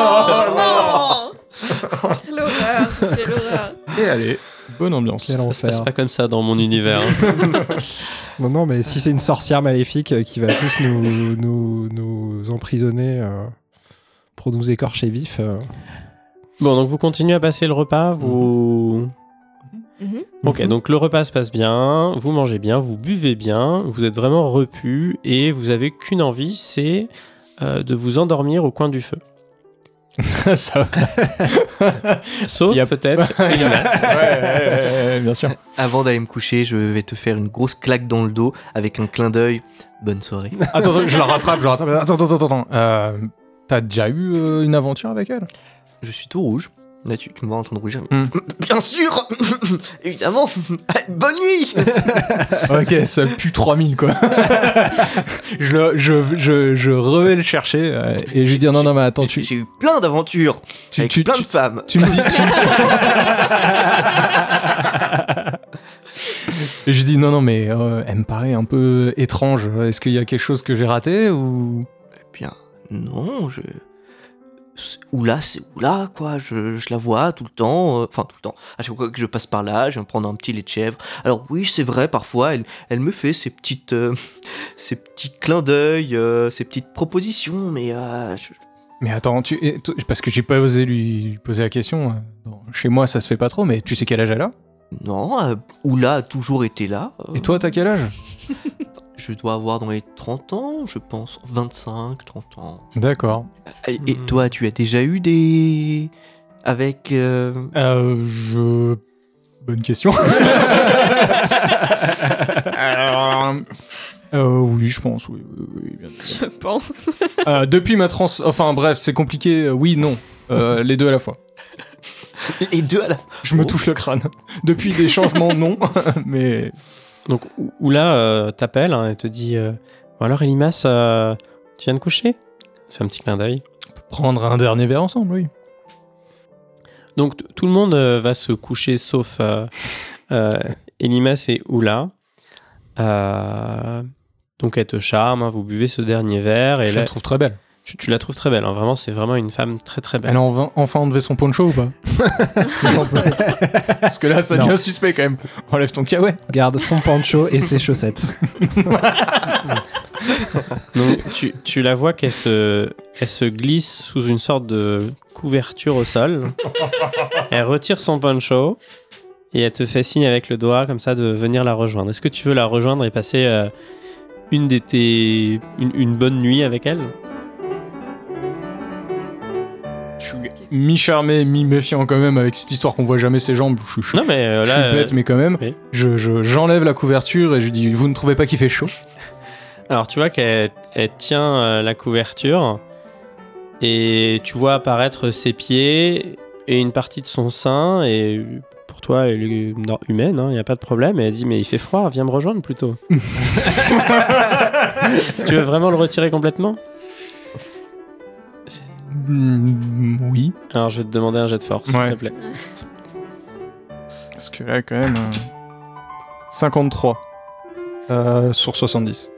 Speaker 4: non Quelle horreur Quelle horreur
Speaker 2: Et allez, bonne ambiance.
Speaker 3: Quel
Speaker 5: ça se passe
Speaker 3: enfer.
Speaker 5: pas comme ça dans mon univers. hein.
Speaker 3: <laughs> Non, non, mais si c'est une sorcière maléfique euh, qui va tous nous, nous, nous emprisonner euh, pour nous écorcher vif. euh,
Speaker 5: Bon, donc vous continuez à passer le repas, vous...
Speaker 4: Mhm.
Speaker 5: Ok, donc le repas se passe bien, vous mangez bien, vous buvez bien, vous êtes vraiment repu et vous avez qu'une envie, c'est euh, de vous endormir au coin du feu.
Speaker 2: Ça-
Speaker 5: Sauf
Speaker 2: Il y a- <laughs>
Speaker 5: peut-être.
Speaker 2: ouais, ouais, ouais, bien sûr.
Speaker 6: Avant d'aller me coucher, je vais te faire une grosse claque dans le dos avec un clin d'œil. Bonne soirée.
Speaker 2: Attends, attends, je la rattrape, je la rattrape. Attends, attends, attends, attends. Euh, T'as déjà eu euh, une aventure avec elle
Speaker 6: <laughs> Je suis tout rouge. Là, tu, tu me vois en train de rougir.
Speaker 2: Hmm.
Speaker 6: <laughs> Bien sûr <laughs> Évidemment <laughs> Bonne nuit
Speaker 2: Ok, ça pue 3000 quoi. <laughs> je, le- je, je, je revais le chercher euh, et je lui dis non, non, mais attends, tu,
Speaker 6: <laughs> J'ai eu plein d'aventures
Speaker 2: tu,
Speaker 6: avec
Speaker 2: tu,
Speaker 6: plein
Speaker 2: tu-
Speaker 6: de femmes.
Speaker 2: Tu me dis. <laughs> Et je dis non, non, mais euh, elle me paraît un peu étrange. Est-ce qu'il y a quelque chose que j'ai raté ou.
Speaker 6: Bien, non, je. c'est- Oula, c'est oula, quoi. Je, je la vois tout le temps. euh, Enfin, tout le temps. À chaque fois que je passe par là, je vais me prendre un petit lait de chèvre. Alors, oui, c'est vrai, parfois, elle, elle me fait ces petites. euh, <laughs> ces petits clins d'œil, euh, ces petites propositions, mais. euh, je-
Speaker 2: Mais attends, tu... et toi- parce que j'ai pas osé lui poser la question. euh, Dans- Chez moi, ça se fait pas trop, mais tu sais quel âge elle a
Speaker 6: non, euh, oula a toujours été là. euh,
Speaker 2: Et toi, t'as quel âge
Speaker 6: Je dois avoir dans les 30 ans, je pense. 25, 30 ans.
Speaker 2: D'accord.
Speaker 6: Et, et
Speaker 5: Hmm.
Speaker 6: toi, tu as déjà eu des. Avec. euh,
Speaker 2: Euh, je. Bonne question. Alors, euh, oui, je pense, oui, oui, oui, bien sûr.
Speaker 4: <laughs> Je pense.
Speaker 2: Euh, depuis ma trans... Enfin bref, c'est compliqué. euh, Oui, non. <laughs> Euh, les deux à la fois.
Speaker 6: <laughs> Les deux à la
Speaker 2: Je me
Speaker 6: Oh.
Speaker 2: touche le crâne. <laughs> Depuis des changements, non. <laughs> Mais
Speaker 5: Donc Ou- Oula euh, t'appelle hein, et te dit euh, Bon alors Elimas, euh, tu viens de coucher Fais un petit clin d'œil.
Speaker 2: prendre un dernier verre ensemble, oui.
Speaker 5: Donc t- tout le monde euh, va se coucher sauf euh,
Speaker 2: <laughs>
Speaker 5: euh, Elimas et Oula. Euh, donc elle te charme, hein, vous buvez ce dernier verre et
Speaker 2: Je
Speaker 5: là,
Speaker 2: la trouve très belle.
Speaker 5: tu, tu la trouves très belle. hein, vraiment, c'est vraiment une femme très très belle.
Speaker 2: Elle a env- enfin enlevé son poncho ou pas <laughs> Non, pas. Parce que là, ça
Speaker 3: Non.
Speaker 2: devient suspect quand même. Enlève ton caouet.
Speaker 3: Garde son pancho et ses chaussettes.
Speaker 5: Donc, <laughs> tu, tu la vois qu'elle se, elle se glisse sous une sorte de couverture au sol. Elle retire son poncho et elle te fait signe avec le doigt comme ça de venir la rejoindre. Est-ce que tu veux la rejoindre et passer euh, une, de tes, une, une bonne nuit avec elle
Speaker 2: Je suis mi-charmé, mi-méfiant quand même avec cette histoire qu'on voit jamais ses jambes. Je suis, je
Speaker 5: Non mais euh,
Speaker 2: suis
Speaker 5: là, euh,
Speaker 2: bête, mais quand même.
Speaker 5: oui.
Speaker 2: Je, je- j'enlève la couverture et je dis Vous ne trouvez pas qu'il fait chaud
Speaker 5: alors tu vois qu'elle elle tient euh, la couverture et tu vois apparaître ses pieds et une partie de son sein et pour toi elle est nor- humaine, il n'y a pas de problème et elle dit mais il fait froid, viens me rejoindre plutôt. tu veux vraiment le retirer complètement
Speaker 2: Mm, Oui.
Speaker 5: Alors je vais te demander un jet de force
Speaker 2: Ouais.
Speaker 5: s'il te plaît.
Speaker 2: Parce que là, quand même. euh, 53 euh, sur 70.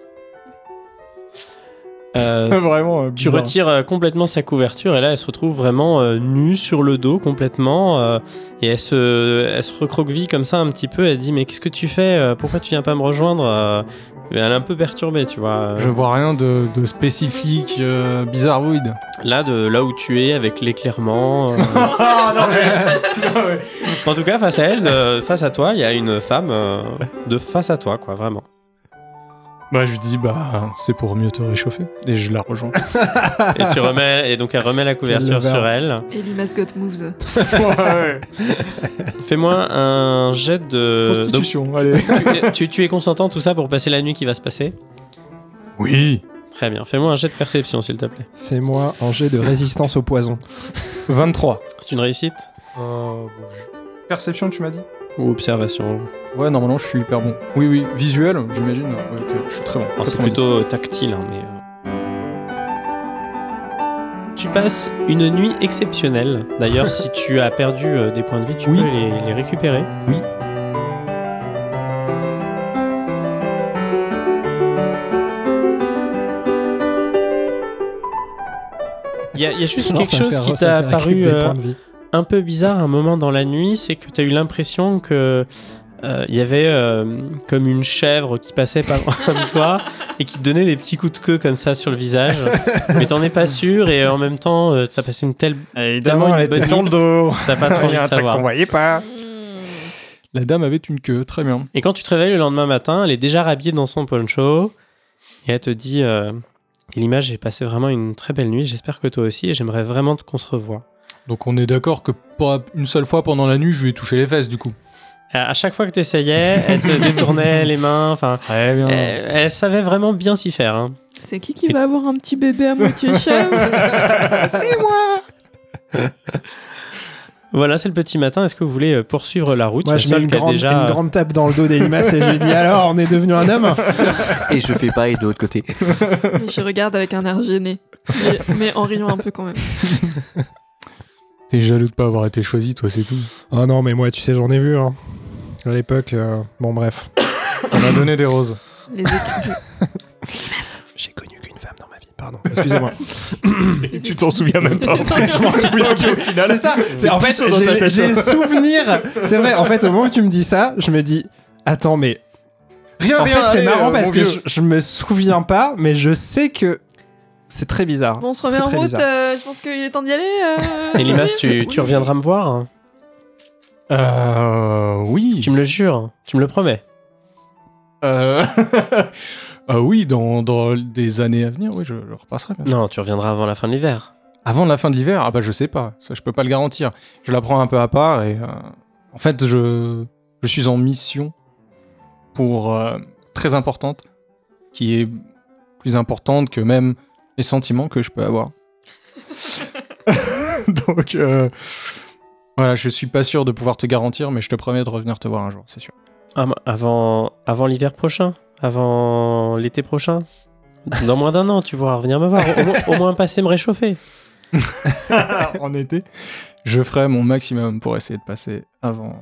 Speaker 5: Euh,
Speaker 2: <laughs> Vraiment. euh,
Speaker 5: tu
Speaker 2: bizarre.
Speaker 5: retires euh, complètement sa couverture et là, elle se retrouve vraiment euh, nue sur le dos complètement. euh, et elle se, euh, elle se recroqueville comme ça un petit peu. Elle dit Mais qu'est-ce que tu fais euh, Pourquoi tu viens pas me rejoindre Euh, Elle est un peu perturbée, tu vois.
Speaker 2: Je vois rien de, de spécifique, euh, bizarroïde.
Speaker 5: Là, de là où tu es avec l'éclairement. euh,
Speaker 2: <laughs> Ah non
Speaker 5: <laughs>
Speaker 2: mais, non, mais-
Speaker 5: en tout cas, face à elle, euh, face à toi, il y a une femme euh, de face à toi, quoi, vraiment.
Speaker 2: Bah je lui dis bah c'est pour mieux te réchauffer et je la <laughs> rejoins.
Speaker 5: Et tu remets, et donc elle remet la couverture
Speaker 3: levain.
Speaker 5: sur elle.
Speaker 4: Et Limas Got Moves.
Speaker 5: Euh, Fais-moi un jet de.
Speaker 2: Prostitution,
Speaker 5: <laughs>
Speaker 2: allez.
Speaker 5: donc, tu, tu- tu es consentant tout ça pour passer la nuit qui va se passer
Speaker 2: Oui.
Speaker 5: Très bien. Fais-moi un jet de perception, s'il te plaît.
Speaker 3: Fais-moi un jet de résistance au poison.
Speaker 2: 23.
Speaker 5: C'est une réussite
Speaker 2: Perception tu m'as dit
Speaker 5: ou observation
Speaker 2: Ouais normalement je suis hyper bon. Oui oui visuel j'imagine. Ouais, ok, je suis très bon.
Speaker 5: Alors, Ah, C'est
Speaker 2: 90.
Speaker 5: plutôt tactile, hein, mais. euh. Tu passes une nuit exceptionnelle. D'ailleurs, si tu as perdu euh, des points de vie, tu
Speaker 2: Oui.
Speaker 5: peux les, les récupérer.
Speaker 2: Oui.
Speaker 5: Il y, a- il y a juste
Speaker 3: Non,
Speaker 5: quelque
Speaker 3: ça
Speaker 5: chose
Speaker 3: fait-
Speaker 5: qui t'a
Speaker 3: ça fait récup
Speaker 5: paru
Speaker 3: des
Speaker 5: euh,
Speaker 3: points de vie.
Speaker 5: un peu bizarre un moment dans la nuit, c'est que tu as eu l'impression que euh, il y avait euh, comme une chèvre qui passait par <laughs> loin de toi et qui te donnait des petits coups de queue comme ça sur le visage. Mais t'en es pas sûr et en même temps, euh, ça passait une telle.
Speaker 2: Ah, Évidemment,
Speaker 5: une
Speaker 2: elle était
Speaker 5: bonne
Speaker 2: sur le
Speaker 5: nuit.
Speaker 2: dos.
Speaker 5: T'as
Speaker 2: <laughs>
Speaker 5: pas trop envie de savoir.
Speaker 2: voyait pas. La dame avait une queue, très bien.
Speaker 5: Et quand tu te réveilles le lendemain matin, elle est déjà rhabillée dans son poncho et elle te dit euh, Et l'image, j'ai passé vraiment une très belle nuit, j'espère que toi aussi et j'aimerais vraiment qu'on se revoie.
Speaker 2: Donc on est d'accord que pas une seule fois pendant la nuit je lui ai touché les fesses du coup.
Speaker 5: À à chaque fois que t'essayais, elle te
Speaker 3: <laughs>
Speaker 5: détournait les mains, enfin.
Speaker 2: Très bien.
Speaker 5: Elle, elle savait vraiment bien s'y faire. hein.
Speaker 4: C'est qui qui va avoir un petit bébé à
Speaker 2: <laughs>
Speaker 4: moitié chèvre
Speaker 5: Voilà, c'est le petit matin. Est-ce que vous voulez euh, poursuivre la route
Speaker 3: Moi,
Speaker 5: La
Speaker 3: je mets
Speaker 5: seule
Speaker 3: une
Speaker 5: qui a
Speaker 3: grande,
Speaker 5: déjà,
Speaker 3: une grande tape dans le dos d'Elimas et je lui dis alors, on est devenu un homme
Speaker 6: Et je fais pareil de l'autre côté.
Speaker 4: Et Je regarde avec un air gêné. Mais, mais en riant un peu quand même.
Speaker 2: <laughs> T'es jaloux de pas avoir été choisi, toi c'est tout.
Speaker 3: Oh non, mais moi, tu sais, j'en ai vu. Hein. À l'époque, euh, bon, bref.
Speaker 2: On m'a donné des roses.
Speaker 4: Les, éc-
Speaker 3: J'ai connu qu'une femme dans ma vie, pardon. <laughs> Excusez-moi.
Speaker 4: les éc-
Speaker 2: t'en souviens même pas. <laughs>
Speaker 4: Je
Speaker 2: m'en souviens qu'au final.
Speaker 3: ça. Ah, c'est- En fait,
Speaker 2: dans ta
Speaker 3: j'ai
Speaker 2: tête. hein.
Speaker 3: j'ai souvenir. C'est vrai. En fait, au moment où tu me dis ça, je me dis, attends, mais
Speaker 2: Rien,
Speaker 3: en
Speaker 2: rien.
Speaker 3: fait, c'est
Speaker 2: allez,
Speaker 3: marrant
Speaker 2: euh,
Speaker 3: parce
Speaker 2: mon
Speaker 3: que
Speaker 2: vieux.
Speaker 3: je, je me souviens pas, mais je sais que c'est très bizarre.
Speaker 4: Bon, on se remet
Speaker 3: Très, très
Speaker 4: en route.
Speaker 3: bizarre.
Speaker 4: euh, je pense qu'il est temps d'y aller. euh.
Speaker 5: Elimas,
Speaker 3: <laughs>
Speaker 5: tu, tu
Speaker 4: Oui.
Speaker 5: reviendras me voir. hein.
Speaker 2: Euh. Oui.
Speaker 5: Tu me le jures. hein. Tu me le promets.
Speaker 2: Euh. <laughs> Ah oui, dans, dans des années à venir, oui, je, je repasserai. bien sûr.
Speaker 5: Non, tu reviendras avant la fin de l'hiver.
Speaker 2: Avant la fin de l'hiver, ah bah je sais pas, ça je peux pas le garantir. Je la prends un peu à part et euh, en fait je je suis en mission pour euh, très importante, qui est plus importante que même les sentiments que je peux <laughs> avoir. Donc euh, voilà, je suis pas sûr de pouvoir te garantir, mais je te promets de revenir te voir un jour, c'est sûr.
Speaker 5: Ah, bah, avant, avant l'hiver prochain. Avant l'été prochain. Dans moins d'un an, tu pourras revenir me voir. Au, moins- au moins passer me réchauffer.
Speaker 2: Ah, en été, <laughs> je ferai mon maximum pour essayer de passer avant.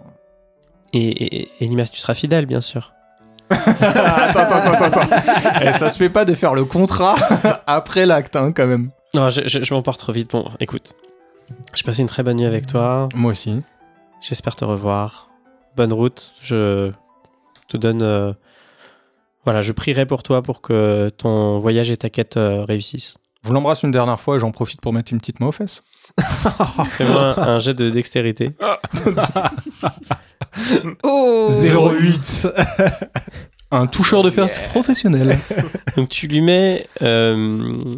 Speaker 5: Et, et, et Elimas, tu seras fidèle, bien sûr.
Speaker 2: attends, attends, attends, <laughs> attends. Et Eh, ça se fait pas de faire le contrat <laughs> après l'acte, hein, quand même.
Speaker 5: Non, je, je, je m'emporte trop vite. Bon, écoute. J'ai passé une très bonne nuit avec toi.
Speaker 2: Moi aussi.
Speaker 5: J'espère te revoir. Bonne route. Je te donne. euh, Voilà, je prierai pour toi pour que ton voyage et ta quête euh, réussissent.
Speaker 2: Je vous l'embrasse une dernière fois et j'en profite pour mettre une petite main aux fesses.
Speaker 5: Fais-moi un, un jet de dextérité.
Speaker 4: Oh
Speaker 3: 08.
Speaker 2: <laughs> Un toucheur de fer professionnel.
Speaker 5: Donc tu lui mets. euh,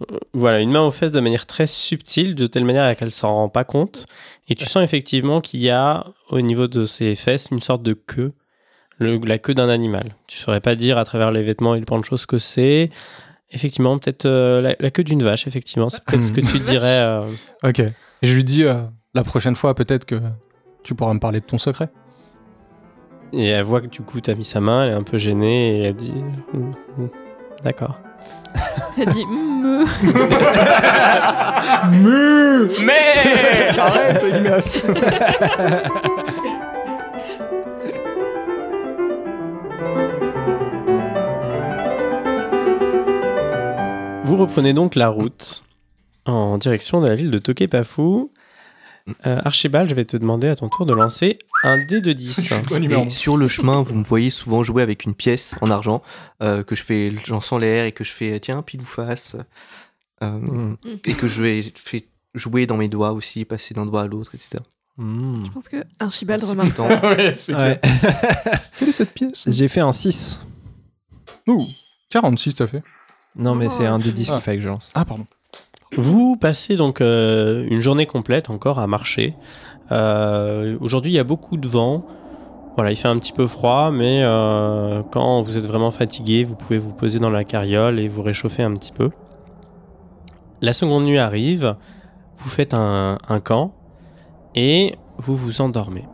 Speaker 5: euh, Voilà, une main aux fesses de manière très subtile, de telle manière à qu'elle s'en rend pas compte. Et tu sens effectivement qu'il y a, au niveau de ses fesses, une sorte de queue, le- la queue d'un animal. Tu saurais pas dire à travers les vêtements et le pancho ce que c'est. Effectivement, peut-être euh, la, la queue d'une vache, effectivement. C'est peut-être ce que tu dirais. euh,
Speaker 2: <laughs> Ok. Et je lui dis, euh, la prochaine fois, peut-être que tu pourras me parler de ton secret.
Speaker 5: Et elle voit que du coup t'as mis sa main, elle est un peu gênée et elle dit Hum, hum, D'accord.
Speaker 4: Elle dit Hum, euh.
Speaker 2: Mais Arrête, Ignace
Speaker 5: Vous Vous reprenez donc la route en direction de la ville de Tokepafu. Euh, Archibald, je vais te demander à ton tour de lancer un dé de 10.
Speaker 2: Au numéro
Speaker 6: Et sur le chemin, vous me voyez souvent jouer avec une pièce en argent euh, que je fais j'en sens l'air et que je fais euh, tiens pile ou face Euh,
Speaker 4: Mm.
Speaker 6: et que je vais fais jouer dans mes doigts aussi, passer d'un doigt à l'autre, etc.
Speaker 2: Hmm.
Speaker 4: Je pense que Archibald
Speaker 6: C'est
Speaker 4: remarque
Speaker 6: tout le
Speaker 4: ça.
Speaker 6: temps.
Speaker 2: ouais, c'est clair.
Speaker 3: Ouais.
Speaker 2: Quelle est cette pièce
Speaker 3: J'ai fait un 6.
Speaker 2: Ouh, 46 t'as fait.
Speaker 3: Non, mais
Speaker 4: Oh,
Speaker 3: c'est un des 10
Speaker 2: ah.
Speaker 3: qu'il fallait que je lance.
Speaker 2: Ah pardon.
Speaker 5: Vous passez donc euh, une journée complète encore à marcher. Euh, Aujourd'hui, il y a beaucoup de vent. Voilà, il fait un petit peu froid, mais euh, quand vous êtes vraiment fatigué, vous pouvez vous poser dans la carriole et vous réchauffer un petit peu. La seconde nuit arrive, vous faites un, un camp et vous vous endormez.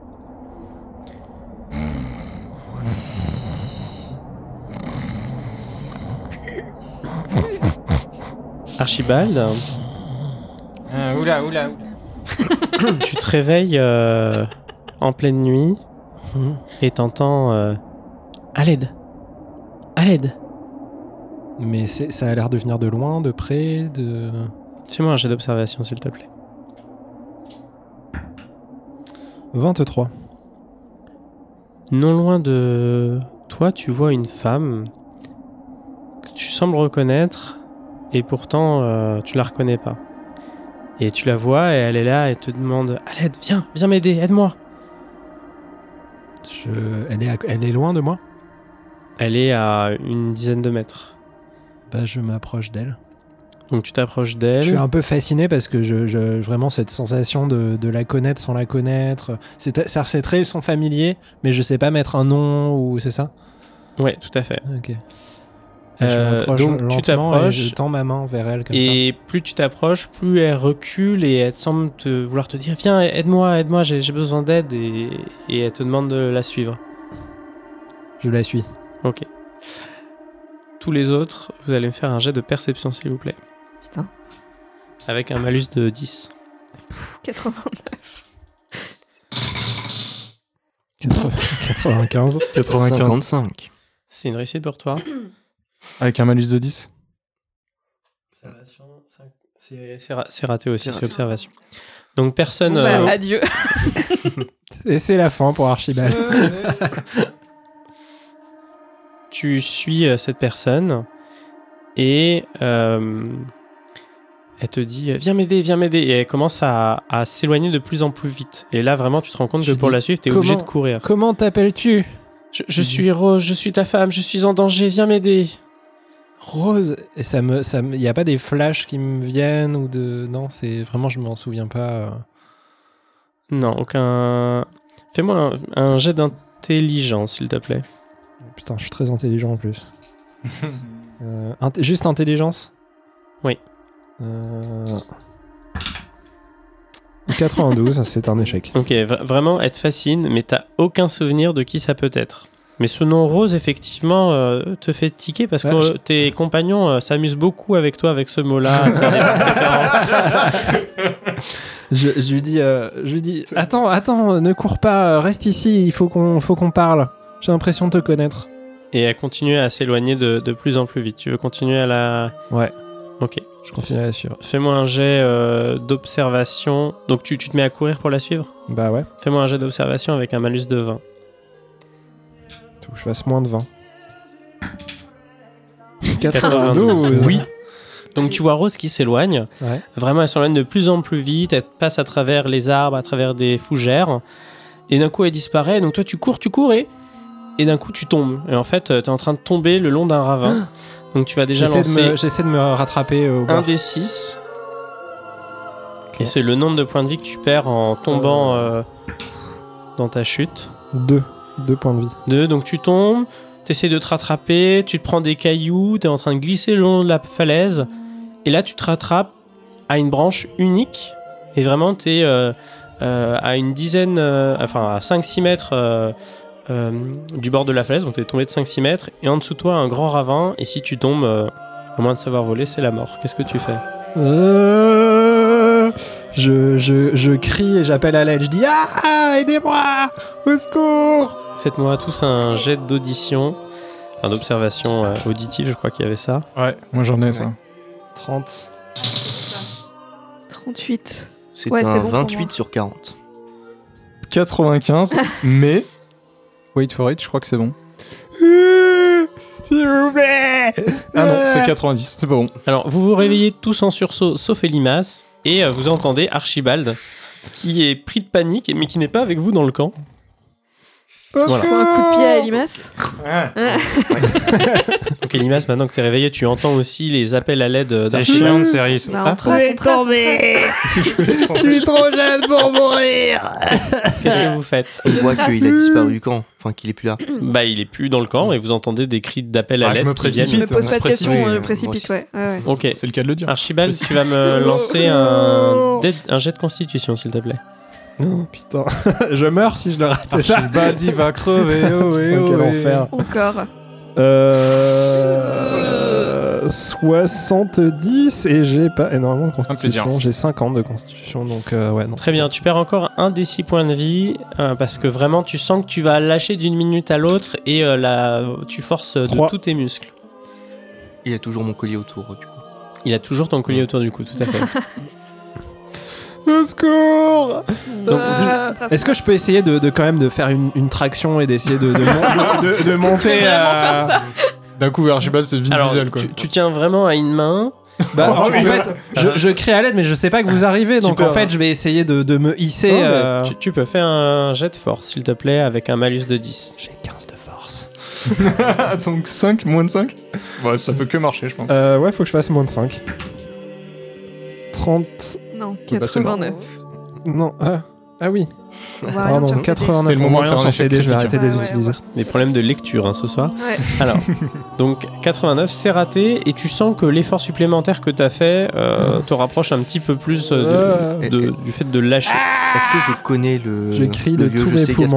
Speaker 5: Archibald,
Speaker 2: oula, oula.
Speaker 5: tu te réveilles euh, en pleine nuit et t'entends euh, à l'aide, à l'aide.
Speaker 3: Mais c'est- ça a l'air de venir de loin, de près, de.
Speaker 5: Fais-moi un jet d'observation, s'il te plaît.
Speaker 3: 23.
Speaker 5: Non loin de toi, tu vois une femme que tu sembles reconnaître et pourtant euh, tu la reconnais pas. Et tu la vois et elle est là et te demande à l'aide, viens, viens m'aider, aide-moi.
Speaker 3: Je- Elle, est à- Elle est loin de moi
Speaker 5: Elle est à une dizaine de mètres.
Speaker 3: Bah, je m'approche d'elle.
Speaker 5: Donc tu t'approches
Speaker 3: Je suis
Speaker 5: d'elle.
Speaker 3: un peu fasciné parce que je, je- vraiment cette sensation de, de la connaître sans la connaître. C'est, ça, ses traits sont familiers, mais je sais pas mettre un nom ou c'est ça
Speaker 5: Ouais, tout à fait.
Speaker 3: Ok.
Speaker 5: Euh, donc, tu
Speaker 3: lentement et
Speaker 5: t'approches.
Speaker 3: Je tends ma main vers elle comme
Speaker 5: Et plus tu t'approches, plus elle recule et elle semble te vouloir te dire Viens, aide-moi, aide-moi, j'ai j'ai besoin d'aide. Et, et elle te demande de la suivre.
Speaker 3: ça. Je la suis.
Speaker 5: Ok. Tous les autres, vous allez me faire un jet de perception, s'il vous plaît.
Speaker 4: Putain.
Speaker 5: Avec un malus de 10.
Speaker 4: Pff, 80.
Speaker 3: <laughs> 95.
Speaker 2: 95.
Speaker 6: 55.
Speaker 5: C'est une réussite pour
Speaker 6: <coughs>
Speaker 5: toi
Speaker 2: Avec un malus de 10.
Speaker 5: C'est c'est ra- c'est raté aussi,
Speaker 6: C'est
Speaker 5: c'est
Speaker 6: raté.
Speaker 5: observation. Donc personne.
Speaker 4: Bah,
Speaker 5: euh,
Speaker 4: adieu.
Speaker 3: Et c'est la fin pour Archibald.
Speaker 5: tu suis euh, cette personne et euh, elle te dit euh, viens m'aider, viens m'aider et elle commence à, à s'éloigner de plus en plus vite. Et là vraiment tu te rends compte
Speaker 3: Tu
Speaker 5: que pour
Speaker 3: dis,
Speaker 5: la suivre t'es
Speaker 3: comment-
Speaker 5: obligé de courir.
Speaker 3: Comment t'appelles-tu
Speaker 5: Je, je suis Rose, je suis ta femme, je suis en danger, viens m'aider.
Speaker 3: Rose. Et ça me, ça me- y a pas des flashs qui me viennent ou de non c'est vraiment je m'en souviens pas. euh.
Speaker 5: Non, aucun. Fais-moi un, un jet d'intelligence s'il te plaît.
Speaker 3: Putain je suis très intelligent en plus. Euh, int- juste intelligence.
Speaker 5: Oui.
Speaker 3: Euh, 92 c'est un échec.
Speaker 5: Ok, vra- vraiment elle te fascine mais t'as aucun souvenir de qui ça peut être. Mais ce nom Rose, effectivement, euh, te fait tiquer parce
Speaker 3: Ouais,
Speaker 5: que
Speaker 3: je-
Speaker 5: euh, tes compagnons euh, s'amusent beaucoup avec toi avec ce mot-là. à faire des
Speaker 3: <laughs> Je, je lui dis, euh, je lui dis, attends, attends, ne cours pas, euh, reste ici, il faut qu'on, faut qu'on parle. J'ai l'impression de te connaître.
Speaker 5: Et à continuer à s'éloigner de, de plus en plus vite. Tu veux continuer à la.
Speaker 3: Ouais.
Speaker 5: Ok.
Speaker 3: Je continue à la suivre.
Speaker 5: Fais-moi un jet euh, d'observation. Donc tu, tu te mets à courir pour la suivre
Speaker 3: Bah ouais.
Speaker 5: Fais-moi un jet d'observation avec un malus de 20.
Speaker 3: Faut que je fasse moins de 20.
Speaker 5: 92.
Speaker 3: Oui.
Speaker 5: Donc tu vois Rose qui s'éloigne.
Speaker 3: Ouais.
Speaker 5: Vraiment, elle s'éloigne de plus en plus vite. Elle passe à travers les arbres, à travers des fougères. Et d'un coup, elle disparaît. Donc toi, tu cours, tu cours et. Et d'un coup, tu tombes. Et en fait, euh, t'es en train de tomber le long d'un
Speaker 3: <gasps>
Speaker 5: ravin. Donc tu vas déjà
Speaker 3: J'essaie de,
Speaker 5: lancer.
Speaker 3: me, j'essaie de me rattraper euh, au
Speaker 5: un
Speaker 3: bord.
Speaker 5: des 6. Et c'est le nombre de points de vie que tu perds en tombant euh, dans ta chute.
Speaker 3: Deux. Deux points de vie.
Speaker 5: 2. Donc tu tombes, t'essayes de te rattraper, tu te prends des cailloux, t'es en train de glisser le long de la falaise. Et là, tu te rattrapes à une branche unique. Et vraiment, t'es euh, euh, à une dizaine, euh, enfin à 5-6 mètres euh, euh, du bord de la falaise. Donc t'es tombé de 5-6 mètres. Et en dessous de toi, un grand ravin. Et si tu tombes, euh, à moins de savoir voler, c'est la mort. Qu'est-ce que tu fais
Speaker 3: Euh, Je, je, je crie et j'appelle à l'aide. Je dis Ah, aidez-moi Au secours
Speaker 5: Faites-moi tous un jet d'audition, enfin d'observation euh, auditive, je crois qu'il y avait ça.
Speaker 2: Ouais, moi j'en ai ça.
Speaker 3: 30.
Speaker 4: 38.
Speaker 6: C'est
Speaker 4: Ouais, c'est
Speaker 6: un
Speaker 4: bon pour
Speaker 6: 28
Speaker 4: moi.
Speaker 6: sur 40.
Speaker 2: <laughs> 95, mais. Wait for it, je crois que c'est <laughs> bon.
Speaker 3: S'il vous plaît
Speaker 2: Ah non, c'est 90, c'est pas bon.
Speaker 5: Alors, vous vous réveillez tous en sursaut, sauf Elimas, et euh, vous entendez Archibald, qui est pris de panique, mais qui n'est pas avec vous dans le camp. Voilà.
Speaker 4: Pour un coup de pied à Elimas.
Speaker 5: Donc, Elimas, maintenant que t'es réveillé, tu entends aussi les appels à l'aide euh,
Speaker 2: chiant,
Speaker 5: d'Archibald.
Speaker 2: série.
Speaker 4: Bah, on trace, on trace, on trace.
Speaker 3: trop jeune pour mourir
Speaker 5: Qu'est-ce que vous faites
Speaker 6: On voit qu'il a disparu du camp, enfin qu'il est plus là.
Speaker 5: Bah, il est plus dans le camp, et vous entendez des cris d'appel à
Speaker 2: Ah, je
Speaker 5: l'aide.
Speaker 2: me
Speaker 5: qui
Speaker 2: précipite.
Speaker 4: Je me
Speaker 5: viennent. Euh,
Speaker 2: Vite,
Speaker 4: pose pas
Speaker 2: on se
Speaker 4: de questions,
Speaker 6: précipite.
Speaker 4: je
Speaker 6: Oui,
Speaker 4: précipite, ouais. ouais, ouais.
Speaker 5: Ok.
Speaker 2: C'est le cas de le dire.
Speaker 5: Archibald, tu vas me lancer un, dé- un jet de constitution, s'il te plaît.
Speaker 3: Non, Oh, putain. <laughs> je meurs si je le rate, c'est ça
Speaker 2: Archibald, il va crever,
Speaker 3: <laughs>
Speaker 2: oh, eh,
Speaker 3: Putain,
Speaker 2: oh,
Speaker 3: quel
Speaker 2: eh.
Speaker 3: enfer.
Speaker 4: Encore.
Speaker 3: Euh, 70 et j'ai pas énormément de constitution.
Speaker 2: plaisir.
Speaker 3: J'ai 50 de constitution, donc euh, ouais. Non.
Speaker 5: Très bien, tu perds encore un des six points de vie euh, parce que vraiment tu sens que tu vas lâcher d'une minute à l'autre et euh, là, tu forces de
Speaker 3: Trois.
Speaker 5: tous tes muscles.
Speaker 6: Il y a toujours mon collier autour du coup.
Speaker 5: Il a toujours ton collier autour du cou, tout
Speaker 2: <laughs>
Speaker 5: à fait.
Speaker 3: Au secours Euh,
Speaker 4: Donc,
Speaker 3: Est-ce que je peux essayer de, de quand même de faire une, une traction et d'essayer de, de, mon-
Speaker 4: Ah,
Speaker 3: de- de- de monter à...
Speaker 2: D'un coup, Archibald, c'est Vin
Speaker 5: Alors,
Speaker 2: Diesel, quoi.
Speaker 5: tu, tu tiens vraiment à une main.
Speaker 3: Bah,
Speaker 2: Oh,
Speaker 3: tu-
Speaker 2: oui.
Speaker 3: en fait, je, je crie à l'aide, mais je sais pas que vous arrivez, donc
Speaker 5: peux,
Speaker 3: en
Speaker 5: hein.
Speaker 3: fait, je vais essayer de, de me hisser.
Speaker 5: Non, mais
Speaker 3: euh,
Speaker 5: tu, tu peux faire un jet de force, s'il te plaît, avec un malus de 10.
Speaker 3: J'ai 15 de force.
Speaker 2: Ah, Donc 5, moins de 5 Bah, ça peut que marcher, je pense.
Speaker 3: Euh, ouais, faut que je fasse moins de 5. 30.
Speaker 4: Non,
Speaker 2: Bah, c'est mort.
Speaker 4: 89.
Speaker 3: Non, ah, ah oui.
Speaker 4: On va rien
Speaker 3: Pardon,
Speaker 4: sur ces
Speaker 3: 89.
Speaker 2: C'était le moment
Speaker 3: on
Speaker 2: de
Speaker 3: voit
Speaker 2: faire
Speaker 3: rien
Speaker 2: un
Speaker 3: sur
Speaker 2: échec
Speaker 3: CD, je vais
Speaker 2: critique,
Speaker 3: arrêter de les
Speaker 4: hein. Ouais, ouais,
Speaker 3: utiliser.
Speaker 5: Des problèmes de lecture hein, ce soir.
Speaker 4: déchets. Ouais.
Speaker 5: Alors, donc 89, c'est raté et tu sens que l'effort supplémentaire que t'as fait euh, te rapproche un petit peu plus euh, de-
Speaker 6: Ouais.
Speaker 5: de- du fait de lâcher.
Speaker 6: Est-ce que je connais le,
Speaker 3: Je crie
Speaker 6: le
Speaker 3: de
Speaker 6: lieu
Speaker 3: tous
Speaker 6: Je
Speaker 3: mes
Speaker 6: sais qu'il y a ce
Speaker 3: poumons.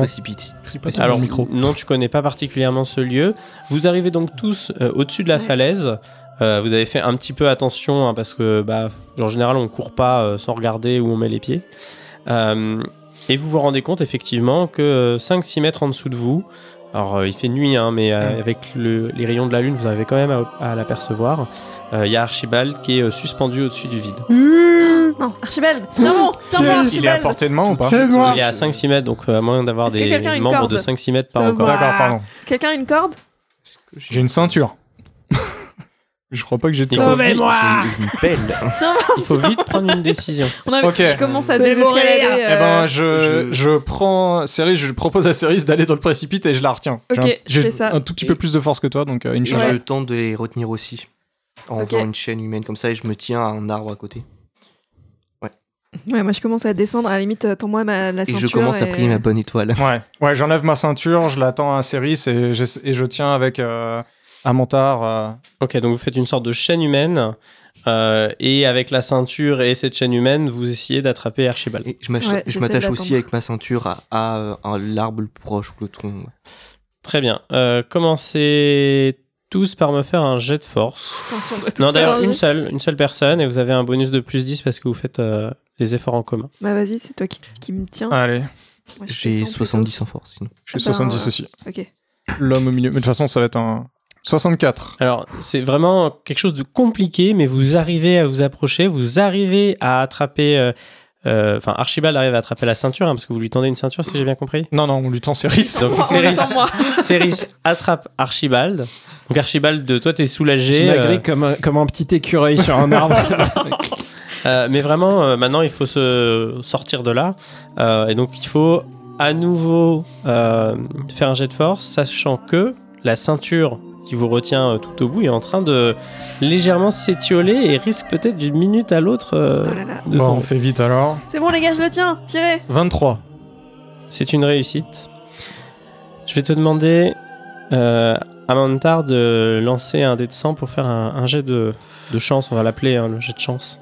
Speaker 6: précipice.
Speaker 5: Alors, non, tu connais pas particulièrement ce lieu. Vous arrivez donc tous euh, au-dessus de la
Speaker 4: Ouais.
Speaker 5: falaise. Euh, vous avez fait un petit peu attention hein, parce que, bah, en général, on court pas euh, sans regarder où on met les pieds. Euh, et vous vous rendez compte effectivement que 5-6 mètres en dessous de vous, alors euh, il fait nuit, hein, mais euh, avec le- les rayons de la lune, vous arrivez quand même à, à l'apercevoir. Euh, Il y a Archibald qui est euh, suspendu au-dessus du vide.
Speaker 2: Mmh.
Speaker 4: Non, Archibald, tiens bon, tiens bon,
Speaker 2: Il est à
Speaker 4: Archibald.
Speaker 2: portée de main ou pas
Speaker 5: Il est à 5-6 mètres, donc euh, à moyen d'avoir
Speaker 4: Est-ce que
Speaker 5: des
Speaker 4: quelqu'un a une
Speaker 5: membres
Speaker 4: corde
Speaker 5: de 5-6 mètres par
Speaker 4: Ça
Speaker 5: encore.
Speaker 4: va.
Speaker 2: D'accord, pardon.
Speaker 4: Quelqu'un a une corde
Speaker 2: J'ai une ceinture. je crois pas que j'ai de
Speaker 5: Il faut,
Speaker 2: ceinture.
Speaker 5: vite,
Speaker 6: J'ai une
Speaker 4: <laughs>
Speaker 6: pelle.
Speaker 4: Tiens
Speaker 5: il faut vite prendre une décision.
Speaker 4: On avait
Speaker 2: Ok.
Speaker 4: je commence à
Speaker 3: Mais
Speaker 4: désescalader.
Speaker 3: mourir.
Speaker 2: Eh ben,
Speaker 4: euh,
Speaker 2: je, je...
Speaker 6: je-
Speaker 2: prends. Céris, je propose à Céris d'aller dans le précipice et je la retiens. J'ai
Speaker 4: Ah, Ok,
Speaker 2: un-
Speaker 4: je fais
Speaker 2: J'ai
Speaker 4: ça.
Speaker 2: un tout petit peu plus de force que toi, donc euh,
Speaker 6: Et
Speaker 2: Inch'Allah.
Speaker 6: je tente de les retenir aussi. En
Speaker 4: Ok.
Speaker 6: faisant une chaîne humaine comme ça et je me tiens à un arbre à côté.
Speaker 4: Ouais, moi je commence à descendre. À la limite, attends-moi ma, la
Speaker 6: Et
Speaker 4: ceinture.
Speaker 6: je commence à prier ma bonne étoile.
Speaker 2: Ouais, ouais j'enlève ma ceinture, je l'attends à Céris et, j'essa- et je tiens avec euh, un mentard. euh,
Speaker 5: Ok, donc vous faites une sorte de chaîne humaine. euh, et avec la ceinture et cette chaîne humaine, vous essayez d'attraper Archibald.
Speaker 6: Et je m'ach-
Speaker 4: Ouais,
Speaker 6: je
Speaker 4: j'essaie
Speaker 6: m'attache
Speaker 4: de
Speaker 6: aussi
Speaker 4: l'attendre.
Speaker 6: avec ma ceinture à, à, euh, un- l'arbre le proche ou le tronc. ouais.
Speaker 5: Très bien. Euh, commencez tous par me faire un jet de force.
Speaker 4: Attention, on doit tous
Speaker 5: non,
Speaker 4: faire
Speaker 5: d'ailleurs,
Speaker 4: un
Speaker 5: une
Speaker 4: jet.
Speaker 5: seule, une seule personne. Et vous avez un bonus de plus 10 parce que vous faites euh, les efforts en commun.
Speaker 4: Bah vas-y, c'est toi qui, qui me
Speaker 3: Ah,
Speaker 4: tiens.
Speaker 2: Allez,
Speaker 4: Moi, je
Speaker 6: J'ai
Speaker 4: descends plutôt.
Speaker 6: 70 en force sinon.
Speaker 2: je suis
Speaker 4: Ah ben,
Speaker 2: 70
Speaker 4: euh,
Speaker 2: aussi.
Speaker 4: Ok.
Speaker 2: L'homme au milieu. Mais de toute façon, ça va être un. 64.
Speaker 5: Alors, c'est vraiment quelque chose de compliqué, mais vous arrivez à vous approcher. Vous arrivez à attraper. euh, euh, Enfin, Archibald arrive à attraper la ceinture hein, parce que vous lui tendez une ceinture, si j'ai bien compris.
Speaker 2: Non, non, on lui tend Céris.
Speaker 5: Donc,
Speaker 4: Oh,
Speaker 5: Céris-
Speaker 4: attends-moi.
Speaker 5: Céris attrape Archibald. Donc Archibald, toi t'es
Speaker 3: Je
Speaker 5: soulagé, euh,
Speaker 3: m'agrippe comme, un- comme un petit écureuil sur
Speaker 2: <laughs>
Speaker 3: un arbre.
Speaker 5: euh, mais vraiment euh, maintenant il faut se sortir de là. Euh, et donc il faut à nouveau euh, faire un jet de force, sachant que la ceinture qui vous retient euh, tout au bout est en train de légèrement s'étioler et risque peut-être d'une minute à l'autre euh,
Speaker 4: Oh là là.
Speaker 5: de
Speaker 2: Bon, on
Speaker 5: tomber.
Speaker 2: fait vite alors.
Speaker 4: C'est bon, les gars, je le tiens. Tirez.
Speaker 2: 23.
Speaker 5: C'est une réussite. Je vais te demander, euh, Amantar, de lancer un dé de 100 pour faire un, un jet de, de chance. On va l'appeler hein, le jet de chance.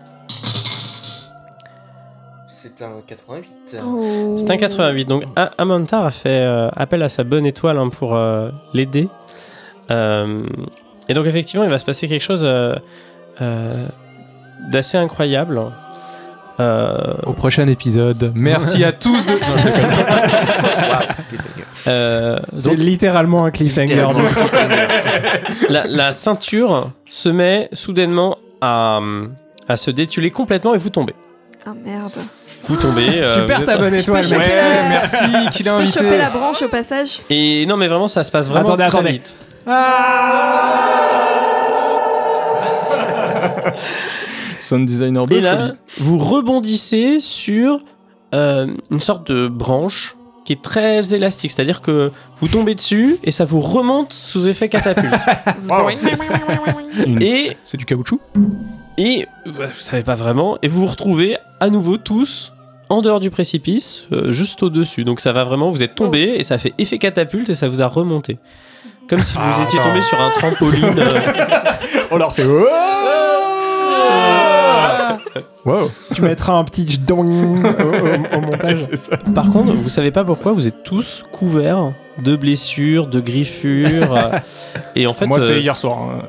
Speaker 6: C'est un 88.
Speaker 4: Oh.
Speaker 5: C'est un 88. Donc A- Amantar a fait euh, appel à sa bonne étoile hein, pour euh, l'aider. Euh, et donc effectivement, il va se passer quelque chose euh, euh, d'assez incroyable. Euh,
Speaker 2: Au prochain épisode. Merci à tous de. Non, je déconne.
Speaker 5: <laughs> euh,
Speaker 3: C'est littéralement un cliffhanger.
Speaker 6: Littéralement.
Speaker 5: La, la ceinture se met soudainement à, à se détuler complètement et vous tombez.
Speaker 4: Ah merde.
Speaker 5: Vous tombez. euh,
Speaker 3: <laughs> Super
Speaker 5: vous
Speaker 3: ta
Speaker 5: êtes-
Speaker 3: bonne étoile,
Speaker 4: Je peux
Speaker 2: Ouais,
Speaker 3: mec.
Speaker 4: choper la-
Speaker 2: merci qu'il
Speaker 4: Je
Speaker 2: a
Speaker 4: peux choper
Speaker 2: invité.
Speaker 4: la branche au
Speaker 3: <laughs>
Speaker 4: passage
Speaker 5: Et non, mais vraiment, ça se passe vraiment
Speaker 3: Attendez,
Speaker 5: très
Speaker 3: attendez.
Speaker 5: vite.
Speaker 2: <laughs> Sound designer de
Speaker 5: Et là,
Speaker 2: folie.
Speaker 5: vous rebondissez sur euh, une sorte de branche qui est très élastique, c'est-à-dire que vous tombez dessus et ça vous remonte sous effet catapulte.
Speaker 3: <laughs>
Speaker 2: Wow. Une-
Speaker 5: et
Speaker 2: C'est du caoutchouc
Speaker 5: et bah, vous savez pas vraiment, et vous vous retrouvez à nouveau tous en dehors du précipice, euh, juste au-dessus. Donc ça va vraiment, vous êtes tombés et ça fait effet catapulte et ça vous a remonté. Comme si vous
Speaker 2: Ah,
Speaker 5: étiez
Speaker 2: attends.
Speaker 5: tombé sur un trampoline.
Speaker 2: <laughs>
Speaker 5: euh,
Speaker 2: On leur fait. Wow.
Speaker 3: Tu mettras un petit jdong au, au- au montage.
Speaker 2: C'est ça.
Speaker 5: Par contre, vous savez pas pourquoi, vous êtes tous couverts de blessures, de griffures. euh, et en fait,
Speaker 2: Moi,
Speaker 5: euh,
Speaker 2: c'est hier soir. hein.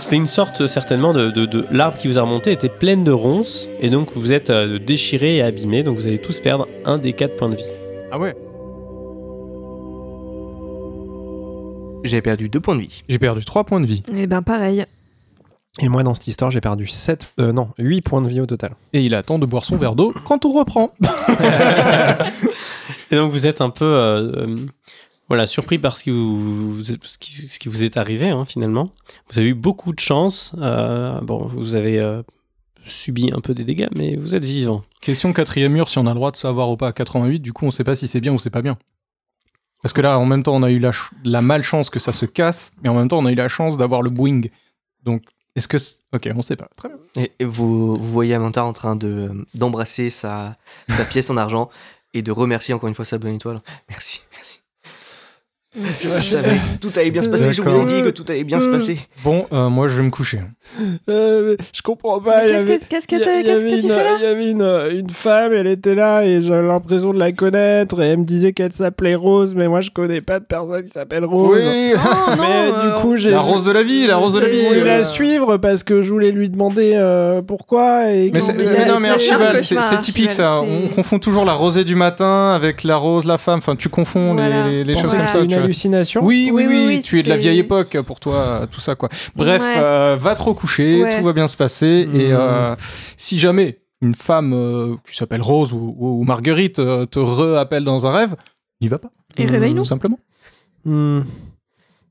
Speaker 5: c'était une sorte euh, certainement de, de- de- l'arbre qui vous a remonté était pleine de ronces et donc vous êtes euh, déchirés et abîmés. Donc vous allez tous perdre un des quatre points de vie.
Speaker 2: Ah ouais
Speaker 6: J'ai perdu deux points de vie.
Speaker 2: J'ai perdu 3 points de vie.
Speaker 4: <laughs> Eh ben pareil.
Speaker 3: Ah, Et moi, dans cette histoire, j'ai perdu 7, euh, non, 8 points de vie au total.
Speaker 2: Et il attend de boire son verre d'eau quand on reprend.
Speaker 5: Et donc vous êtes un peu euh, euh, voilà surpris par ce qui vous, ce qui, ce qui vous est arrivé hein, finalement. Vous avez eu beaucoup de chance. euh, bon, vous avez euh, subi un peu des dégâts, mais vous êtes vivant.
Speaker 2: Question quatrième mur, si on a le droit de savoir ou pas. 88, du coup, on sait pas si c'est bien ou c'est pas bien. Parce que là, en même temps, on a eu la, ch- la malchance que ça se casse, mais en même temps, on a eu la chance d'avoir le boing. Donc, est-ce que. c'est- Ok, on sait pas. Très bien.
Speaker 6: Et et vous, vous voyez Amanta en train de- d'embrasser sa,
Speaker 4: <laughs>
Speaker 6: sa pièce en argent et de remercier encore une fois sa bonne étoile. Merci, merci. Je le savais, tout allait bien se passer. Je vous
Speaker 2: D'accord.
Speaker 6: ai dit que tout allait bien se passer.
Speaker 2: Bon, euh, moi, je vais me coucher.
Speaker 3: Euh, je comprends
Speaker 4: Mais Qu'est-ce que qu'est-ce que t'as- qu'est-ce que tu fais
Speaker 3: <laughs>
Speaker 4: là
Speaker 3: Il y avait une, une femme, elle était là et j'avais l'impression de la connaître et elle me disait qu'elle s'appelait Rose, mais moi je connais pas de personne qui s'appelle Rose.
Speaker 4: Oh, non,
Speaker 3: mais
Speaker 4: euh,
Speaker 3: du coup, j'ai
Speaker 2: La rose de la vie, la rose de la vie.
Speaker 3: j'ai voulu
Speaker 2: euh.
Speaker 3: la suivre parce que je voulais lui demander euh, pourquoi et
Speaker 2: Mais,
Speaker 3: quand
Speaker 2: c'est-
Speaker 3: il
Speaker 2: mais
Speaker 3: a
Speaker 2: non, mais
Speaker 3: été-
Speaker 4: Archibald,
Speaker 2: Archibald, c'est
Speaker 4: Archibald,
Speaker 2: c'est typique ça.
Speaker 4: c'est-
Speaker 2: On confond toujours la rosée du matin avec la rose, la femme. Enfin, tu confonds les-
Speaker 4: Voilà.
Speaker 2: les, les
Speaker 3: Pensez
Speaker 2: choses
Speaker 3: que
Speaker 2: comme
Speaker 4: Voilà.
Speaker 2: ça.
Speaker 3: c'est une
Speaker 2: tu vois.
Speaker 3: hallucination.
Speaker 2: Oui, oui, oui,
Speaker 4: Oui, oui, oui,
Speaker 2: tu es de la
Speaker 4: c'était-
Speaker 2: vieille époque pour toi, euh, tout ça quoi. Bref,
Speaker 4: Ouais.
Speaker 2: euh, va te recoucher,
Speaker 4: Ouais.
Speaker 2: tout va bien se passer. Et
Speaker 3: Mhm.
Speaker 2: euh, si jamais une femme euh, qui s'appelle Rose ou, ou- ou Marguerite euh, te re-appelle dans un rêve, n'y va pas.
Speaker 4: Et
Speaker 3: Mmh.
Speaker 2: Tout
Speaker 4: réveille-nous.
Speaker 2: simplement.
Speaker 3: Hmm.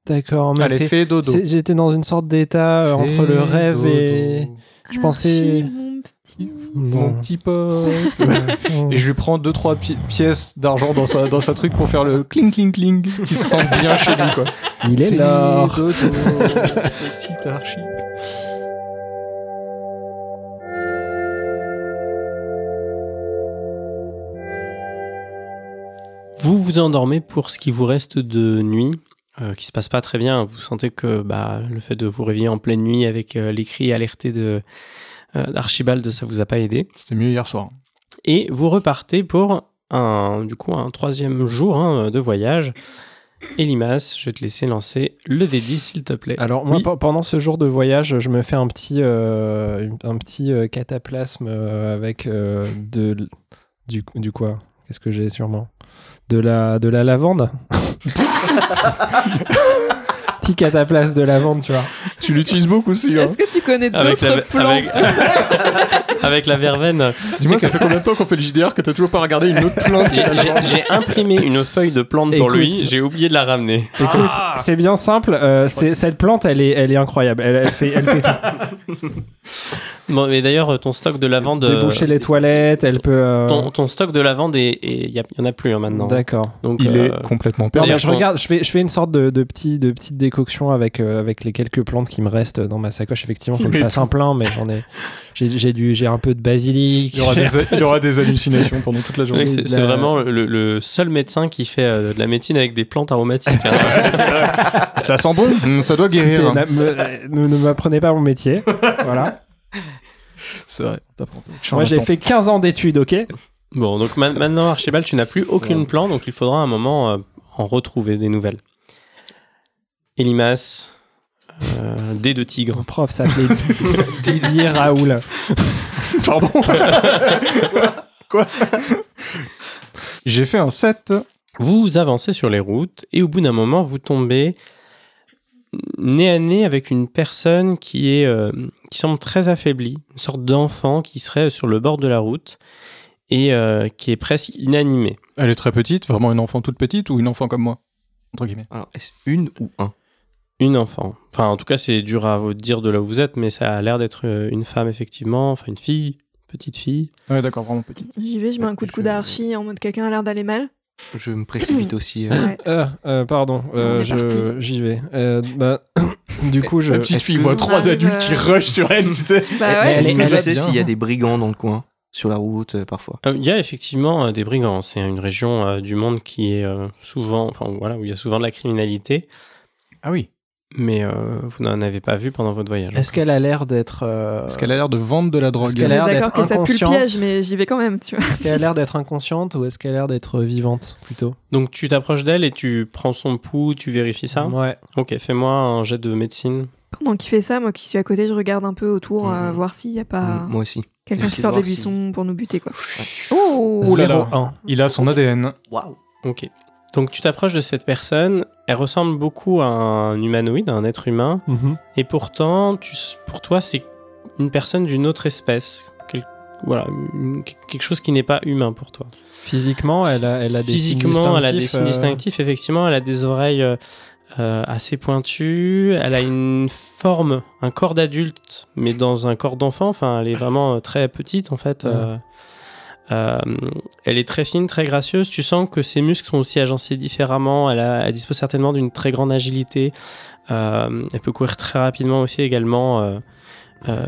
Speaker 3: D'accord, mais
Speaker 2: Allez,
Speaker 3: c'est-
Speaker 2: fais dodo.
Speaker 3: c'est- j'étais dans une sorte d'état euh, entre le
Speaker 2: Fais
Speaker 3: rêve et
Speaker 2: dodo,
Speaker 3: Je pensais-
Speaker 4: Archie, Ah, mon petit.
Speaker 2: Mon petit pote.
Speaker 3: <laughs>
Speaker 2: Et je lui prends deux trois pi- pièces d'argent dans sa dans sa truc pour faire le cling cling cling qui se sent bien chez lui quoi.
Speaker 3: Il est
Speaker 2: Fais
Speaker 3: là.
Speaker 2: dodo, Petit archi.
Speaker 5: Vous vous endormez pour ce qui vous reste de nuit, euh, qui se passe pas très bien. Vous sentez que bah, le fait de vous réveiller en pleine nuit avec euh, les cris alertés de euh, d'Archibald, ça vous a pas aidé.
Speaker 2: C'était mieux hier soir.
Speaker 5: Et vous repartez pour un du coup un troisième jour hein, de voyage. Elimas, je vais te laisser lancer le D10 s'il te plaît.
Speaker 3: <laughs> Alors moi
Speaker 5: Oui.
Speaker 3: pe- pendant ce jour de voyage, je me fais un petit euh, une- un petit euh, cataplasme euh, avec euh, de l- du du quoi Qu'est-ce que j'ai sûrement De la de la lavande. <laughs> petit cataplasme de lavande, tu vois.
Speaker 2: Tu l'utilises beaucoup aussi.
Speaker 3: hein.
Speaker 2: hein.
Speaker 4: Est-ce que tu connais
Speaker 5: Avec la,
Speaker 4: d'autres plantes
Speaker 5: avec, <laughs> avec la verveine.
Speaker 2: Dis-moi, ça fait combien de temps qu'on fait le JDR que t'as toujours pas regardé une autre plante
Speaker 5: J'ai- J'ai j'ai imprimé une feuille de Ah plante pour
Speaker 3: Écoute.
Speaker 5: lui, j'ai oublié de la ramener.
Speaker 3: Écoute, c'est bien simple. euh, c'est- cette plante, elle est elle est incroyable. Elle, elle fait
Speaker 5: <laughs>
Speaker 3: elle fait tout.
Speaker 5: Bon, mais d'ailleurs, ton stock de lavande. euh,
Speaker 3: déboucher les toilettes. Elle peut. euh,
Speaker 5: Ton, ton stock de lavande, est- est- il y, a- il y en a plus hein, maintenant.
Speaker 3: D'accord.
Speaker 5: Donc,
Speaker 2: Il
Speaker 5: euh,
Speaker 2: est complètement
Speaker 3: Non,
Speaker 2: perdu.
Speaker 5: D'ailleurs,
Speaker 3: mais
Speaker 5: je
Speaker 3: je
Speaker 5: pense-
Speaker 3: regarde, je fais, je fais une sorte de, de, petit, de petite décoction avec, euh, avec les quelques plantes qui me restent dans ma sacoche. Effectivement, faut que je fasse un plein, mais j'en ai, j'ai, j'ai, du, j'ai un peu de basilic.
Speaker 2: Il y, aura des, il y aura des hallucinations pendant toute la
Speaker 5: c'est vrai
Speaker 2: journée.
Speaker 5: que c'est- c'est
Speaker 3: la-
Speaker 5: vraiment le, le seul médecin qui fait euh, de la médecine avec des plantes aromatiques. hein.
Speaker 2: Ça sent bon Mm, Ça doit
Speaker 3: Écoutez,
Speaker 2: guérir. hein.
Speaker 3: na- me- euh, ne, ne m'apprenez pas mon métier.
Speaker 2: <laughs>
Speaker 3: voilà.
Speaker 2: C'est vrai, on t'apprend.
Speaker 3: Moi, j'ai
Speaker 2: Charlatan.
Speaker 3: fait 15 ans d'études, ok
Speaker 5: bon, donc ma- maintenant, Archibald, tu n'as plus aucune plante, donc il faudra un moment euh, en retrouver des nouvelles. Elimas, euh, dés de tigre.
Speaker 3: Mon prof s'appelait
Speaker 2: <laughs>
Speaker 3: Didier Raoul.
Speaker 2: Pardon Quoi <laughs> J'ai fait un 7.
Speaker 5: Vous avancez sur les routes et au bout d'un moment, vous tombez nez à nez avec une personne qui est euh, qui semble très affaiblie, une sorte d'enfant qui serait sur le bord de la route et euh, qui est presque inanimé.
Speaker 2: Elle est très petite, vraiment une enfant toute petite ou une enfant comme moi Entre guillemets.
Speaker 6: Alors, est-ce une ou un
Speaker 5: Une enfant. Enfin, en tout cas, c'est dur à vous dire de là où vous êtes, mais ça a l'air d'être euh, une femme effectivement, enfin une fille, petite fille.
Speaker 2: Ouais, d'accord, vraiment petite.
Speaker 4: J'y vais, je mets un coup de coude à Archie en mode quelqu'un a l'air d'aller mal.
Speaker 6: Je me
Speaker 4: Hmm.
Speaker 6: précipite aussi. euh,
Speaker 4: Ouais.
Speaker 3: Euh, euh, pardon, euh,
Speaker 4: On est
Speaker 3: je-
Speaker 4: parti.
Speaker 3: j'y vais. Euh, bah, <coughs> du coup, je.
Speaker 2: La petite fille
Speaker 6: que-
Speaker 2: voit
Speaker 4: On
Speaker 2: trois
Speaker 4: arrive,
Speaker 2: adultes qui
Speaker 4: euh,
Speaker 2: rushent sur elle, tu sais.
Speaker 4: Bah ouais.
Speaker 3: elle
Speaker 6: Est-ce
Speaker 3: est-
Speaker 6: que
Speaker 3: elle
Speaker 6: je
Speaker 3: est
Speaker 6: sais
Speaker 3: bien.
Speaker 6: s'il y a des brigands dans le coin, sur la route, euh, parfois
Speaker 5: Euh, Il y a effectivement euh, des brigands. C'est une région euh, du monde qui est euh, souvent, enfin voilà, où il y a souvent de la criminalité,
Speaker 2: Ah oui.
Speaker 5: mais euh, vous n'en avez pas vu pendant votre voyage.
Speaker 7: Est-ce qu'elle a l'air d'être. euh,
Speaker 2: Parce qu'elle a l'air de vendre de la drogue.
Speaker 7: qu'elle a l'air
Speaker 4: On est
Speaker 7: d'être
Speaker 4: D'accord que ça pue le
Speaker 7: inconsciente.
Speaker 4: piège, mais j'y vais quand même, tu vois.
Speaker 7: Est-ce qu'elle a l'air d'être inconsciente ou est-ce qu'elle a l'air d'être vivante plutôt
Speaker 5: Donc tu t'approches d'elle et tu prends son pouls, tu vérifies ça.
Speaker 7: Ouais.
Speaker 5: Ok, fais-moi un jet de médecine.
Speaker 4: Pendant qu'il fait ça, moi qui suis à côté, je regarde un peu autour, euh,
Speaker 6: Mhm.
Speaker 4: voir s'il n'y a pas
Speaker 6: Mm, Moi aussi.
Speaker 4: quelqu'un
Speaker 6: J'essaie
Speaker 4: qui
Speaker 6: de
Speaker 4: sort des
Speaker 6: voir si-
Speaker 4: buissons pour nous buter, quoi. Oh
Speaker 2: Ouh là là.
Speaker 7: 0-1.
Speaker 2: Il a son ADN.
Speaker 6: Waouh
Speaker 5: Ok. Donc tu t'approches de cette personne, elle ressemble beaucoup à un humanoïde, à un être humain,
Speaker 7: Mhm.
Speaker 5: et pourtant, tu, pour toi, c'est une personne d'une autre espèce. Quel- voilà, une- quelque chose qui n'est pas humain pour toi.
Speaker 3: Physiquement, elle a, elle a des
Speaker 5: Physiquement, elle a des
Speaker 3: distinctifs,
Speaker 5: signes
Speaker 3: euh,
Speaker 5: distinctifs, effectivement, elle a des oreilles euh, euh, assez pointues, elle a une forme, un corps d'adulte, mais dans un corps d'enfant, enfin, elle est vraiment euh, très petite en fait. euh, euh, elle est très fine, très gracieuse. Tu sens que ses muscles sont aussi agencés différemment. Elle, a- elle dispose certainement d'une très grande agilité. Euh, elle peut courir très rapidement aussi également. euh, euh,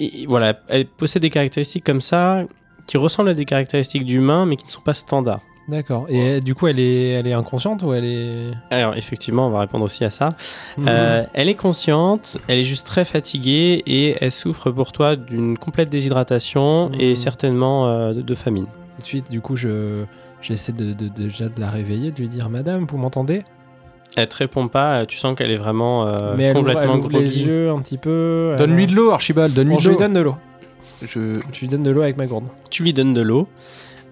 Speaker 5: et- et voilà, elle possède des caractéristiques comme ça qui ressemblent à des caractéristiques d'humains, mais qui ne sont pas standards.
Speaker 3: D'accord. Et euh, du coup, elle est, elle est inconsciente ou elle est.
Speaker 5: Alors effectivement, on va répondre aussi à ça.
Speaker 3: Mhm.
Speaker 5: Euh, elle est consciente, elle est juste très fatiguée et elle souffre pour toi d'une complète déshydratation
Speaker 3: Mhm.
Speaker 5: et certainement euh, de, de famine.
Speaker 3: Tout de suite, du coup, je. J'essaie de, de- déjà de la réveiller, de lui dire Madame, vous m'entendez
Speaker 5: Elle te répond pas, euh, tu sens qu'elle est vraiment euh,
Speaker 3: Mais elle ouvre, elle
Speaker 5: complètement
Speaker 3: ouvre les
Speaker 5: groggy.
Speaker 3: yeux un petit peu.
Speaker 2: Donne-lui
Speaker 3: elle-
Speaker 2: de l'eau, Archibald,
Speaker 3: Bon,
Speaker 2: donne-lui de
Speaker 3: je lui
Speaker 2: l'eau.
Speaker 3: donne de l'eau.
Speaker 6: Je...
Speaker 3: Je lui donne de l'eau avec ma gourde.
Speaker 5: Tu lui donnes de l'eau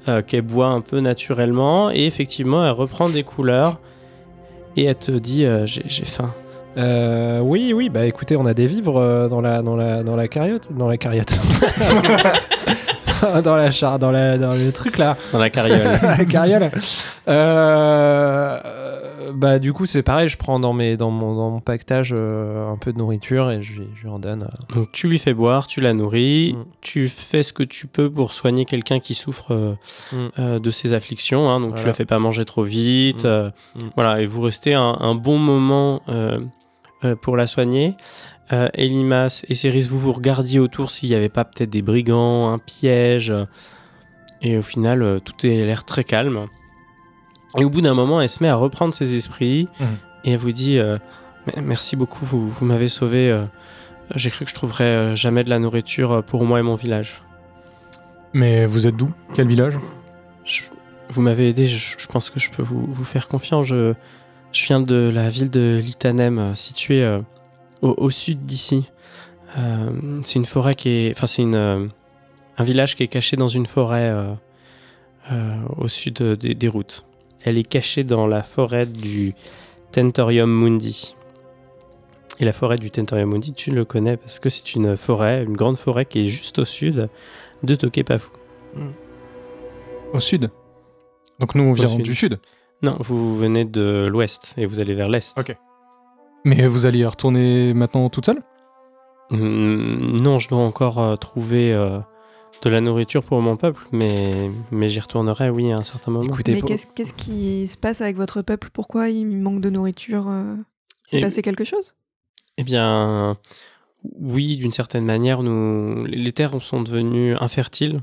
Speaker 5: euh, qu'elle boit un peu naturellement et effectivement elle reprend des couleurs et elle te dit euh, j'ai j'ai faim.
Speaker 3: Euh, oui, oui, bah écoutez, on a des vivres euh, dans la dans la dans la cariote, dans la cariote, <laughs> dans la char, dans la dans le truc là,
Speaker 5: Dans <laughs> la carriole.
Speaker 3: la carriole. Euh, euh, bah du coup, c'est pareil, je prends dans mes dans mon dans mon paquetage euh, un peu de nourriture et je lui, je lui en donne. euh.
Speaker 5: Donc tu lui fais boire, tu la nourris,
Speaker 3: Mm.
Speaker 5: tu fais ce que tu peux pour soigner quelqu'un qui souffre euh,
Speaker 3: Mm.
Speaker 5: euh, de ses afflictions. hein. donc tu
Speaker 3: Voilà.
Speaker 5: la fais pas manger trop vite.
Speaker 3: Mm.
Speaker 5: euh,
Speaker 3: Mm.
Speaker 5: Voilà, et vous restez un, un bon moment euh, euh, pour la soigner. Euh, Elimas et Céris, vous vous regardiez autour s'il n'y avait pas peut-être des brigands, un piège. euh, Et au final, euh, tout est l'air très calme. Et au bout d'un moment, elle se met à reprendre ses esprits
Speaker 3: Mm.
Speaker 2: Mhm.
Speaker 5: et elle vous dit euh, M- Merci beaucoup, vous, vous m'avez sauvé. euh, j'ai cru que je trouverais euh, jamais de la nourriture euh, pour moi et mon village.
Speaker 2: Mais vous êtes d'où Quel village
Speaker 5: Je- vous m'avez aidé, je, je pense que je peux vous, vous faire confiance. Je, je viens de la ville de Litanem, euh, située euh, au, au sud d'ici. Euh, c'est une forêt qui est. Enfin, c'est une, euh, un village qui est caché dans une forêt euh, euh, au sud euh, des, des routes. Elle est cachée dans la forêt du Tentorium Mundi. Et la forêt du Tentorium Mundi, tu le connais parce que c'est une forêt, une grande forêt qui est juste au sud de Tokepafu.
Speaker 2: Au sud. Donc nous, on vient
Speaker 5: sud.
Speaker 2: du sud.
Speaker 5: Non, vous venez de l'ouest et vous allez vers l'est.
Speaker 2: Ok. Mais vous allez y retourner maintenant toute seule
Speaker 5: Hmm, non, je dois encore euh, trouver euh, de la nourriture pour mon peuple, mais, mais j'y retournerai, oui, à un certain moment.
Speaker 3: Écoutez,
Speaker 4: Mais
Speaker 3: pour-
Speaker 4: qu'est-ce qu'est-ce qui se passe avec votre peuple Pourquoi il manque de nourriture euh Il
Speaker 5: Et-
Speaker 4: s'est passé quelque chose
Speaker 5: Eh bien, oui, d'une certaine manière, nous, les terres sont devenues infertiles.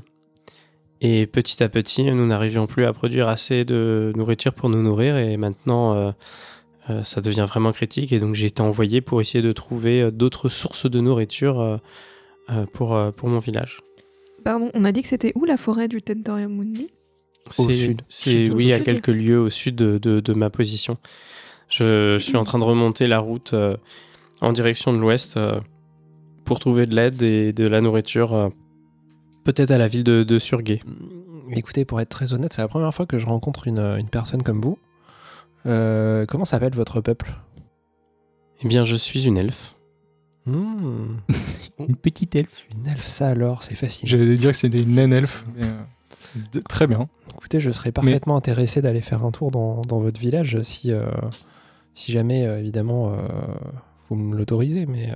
Speaker 5: Et petit à petit, nous n'arrivions plus à produire assez de nourriture pour nous nourrir. Et maintenant, euh, euh, ça devient vraiment critique. Et donc, j'ai été envoyé pour essayer de trouver euh, d'autres sources de nourriture euh, euh, pour, euh, pour mon village.
Speaker 4: Pardon, on a dit que c'était où la forêt du Tentorium Mundi
Speaker 5: C'est-
Speaker 6: sud.
Speaker 5: C'est
Speaker 4: Sud,
Speaker 5: oui,
Speaker 4: au
Speaker 5: à
Speaker 4: sud.
Speaker 5: quelques lieues au sud de, de- de ma position. Je suis en train de remonter la route euh, en direction de l'ouest euh, pour trouver de l'aide et de la nourriture, euh, peut-être à la ville de, de Surgay.
Speaker 3: Mmh, Écoutez, pour être très honnête, c'est la première fois que je Euh, rencontre une, une personne comme vous. Euh, comment s'appelle votre peuple
Speaker 5: Eh bien, je suis une elfe.
Speaker 3: Hmm.
Speaker 5: <laughs> Une petite elfe.
Speaker 3: Une elfe, ça alors, c'est facile.
Speaker 2: J'allais dire que c'était une naine-elfe. mais, euh, d- Très bien.
Speaker 3: Écoutez, je serais parfaitement intéressé d'aller faire un tour dans, dans votre village si, euh, si jamais, euh, évidemment, euh, vous me l'autorisez, mais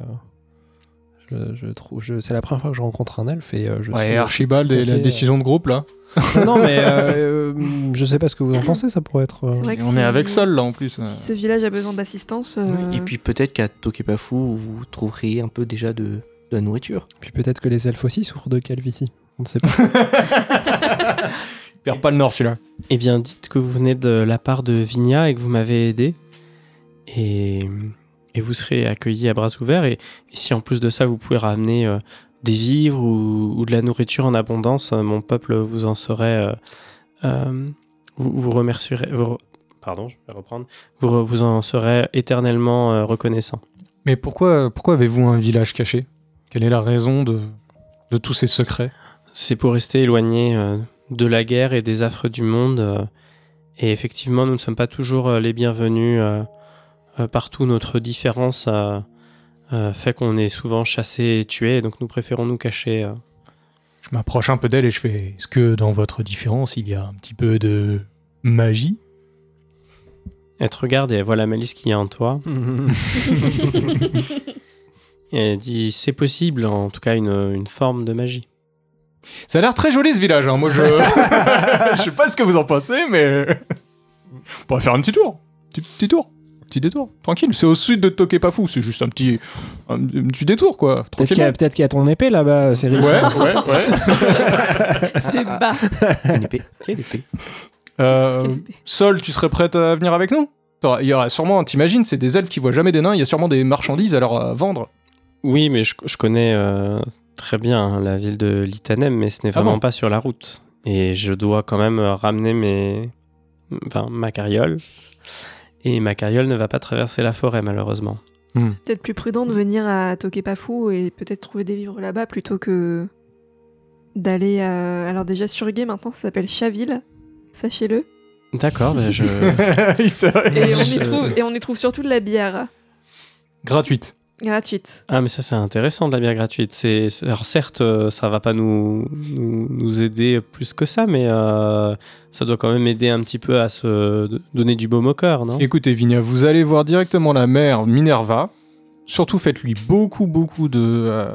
Speaker 3: euh, je, je trouve, je, c'est la première fois que je rencontre un elfe et euh, je
Speaker 2: Ouais,
Speaker 3: suis-
Speaker 2: Archibald
Speaker 3: tout à
Speaker 2: et la
Speaker 3: fait, euh,
Speaker 2: décision de groupe là.
Speaker 3: <laughs> Non, non, mais euh, euh, je sais pas ce que vous en pensez, ça pourrait être... euh,
Speaker 4: C'est vrai
Speaker 2: Et
Speaker 4: que
Speaker 2: on
Speaker 4: si-
Speaker 2: est avec Sol là en plus. euh.
Speaker 4: Si ce village a besoin d'assistance, euh, <laughs>
Speaker 6: Et puis peut-être qu'à Tokepafu, vous trouverez un peu déjà de, de la nourriture.
Speaker 3: Puis peut-être que les elfes aussi souffrent de calvitie. On
Speaker 2: <laughs>
Speaker 3: ne sait pas.
Speaker 2: Il perd pas le nord celui-là.
Speaker 5: Eh bien, dites que vous venez de la part de Vigna et que vous m'avez aidé. Et, et vous serez accueilli à bras ouverts. Et, et si en plus de ça, vous pouvez ramener euh, des vivres ou, ou de la nourriture en abondance, euh, mon peuple vous en serait. euh, euh, vous, vous remercierez. vous re- pardon, je vais reprendre. Vous, re- vous en serez éternellement euh, reconnaissant.
Speaker 2: Mais pourquoi, pourquoi avez-vous un village caché Quelle est la raison de, de tous ces secrets
Speaker 5: C'est pour rester éloigné euh, de la guerre et des affres du monde. euh, et effectivement, nous ne sommes pas toujours euh, les bienvenus euh, euh, partout. Notre différence euh, euh, fait qu'on est souvent chassé et tué, donc nous préférons nous cacher. euh.
Speaker 2: Je m'approche un peu d'elle et je fais Est-ce que dans votre différence, il y a un petit peu de magie
Speaker 5: Elle te regarde et elle voit la malice qu'il y a en toi. et elle dit C'est possible, en tout cas, une, une forme de magie.
Speaker 2: Ça a l'air très joli ce village. hein. Moi, je. <laughs> je sais pas ce que vous en pensez, mais. On va faire un petit tour. Petit, petit tour. Petit détour. Tranquille. C'est au sud de Tokepafu. C'est juste un petit. Un, un petit détour, quoi.
Speaker 3: Peut-être qu'il y,
Speaker 2: Tranquille.
Speaker 3: a- peut-être qu'il y a ton épée là-bas, euh,
Speaker 2: Ouais,
Speaker 3: Cyril. <laughs>
Speaker 2: ouais,
Speaker 6: <laughs>
Speaker 2: ouais.
Speaker 4: c'est bas.
Speaker 6: Une épée. Quelle épée
Speaker 2: Euh, Sol, tu serais prête à venir avec nous T'auras- Il y aura sûrement, t'imagines, c'est des elfes qui voient jamais des nains, il y a sûrement des marchandises à leur euh, vendre.
Speaker 5: Oui, mais je, je connais euh, très bien hein, la ville de Litanem, mais ce n'est
Speaker 2: Ah
Speaker 5: vraiment
Speaker 2: bon
Speaker 5: pas sur la route. Et je dois quand même euh, ramener mes... enfin, ma carriole. Et ma carriole ne va pas traverser la forêt, malheureusement.
Speaker 4: Peut-être plus prudent de venir à Tokepafu et peut-être trouver des vivres là-bas plutôt que d'aller à... Alors déjà, Surgay, maintenant, ça s'appelle Chaville,
Speaker 6: <laughs>
Speaker 4: sachez-le.
Speaker 5: D'accord,
Speaker 2: <laughs>
Speaker 5: ben je...
Speaker 2: Il serait-
Speaker 4: Et on,
Speaker 5: Je-
Speaker 4: y trouve, et on y trouve surtout de la bière
Speaker 2: Gratuite.
Speaker 4: gratuite.
Speaker 5: Ah, mais ça, c'est intéressant de la bière gratuite. C'est... c'est- Alors, certes, euh, ça va pas nous... Nous... nous aider plus que ça, mais euh, ça doit quand même aider un petit peu à se donner du baume au cœur, non
Speaker 2: Écoutez, Vigna, vous allez voir directement la mère Minerva. Surtout, faites-lui beaucoup, beaucoup de, euh,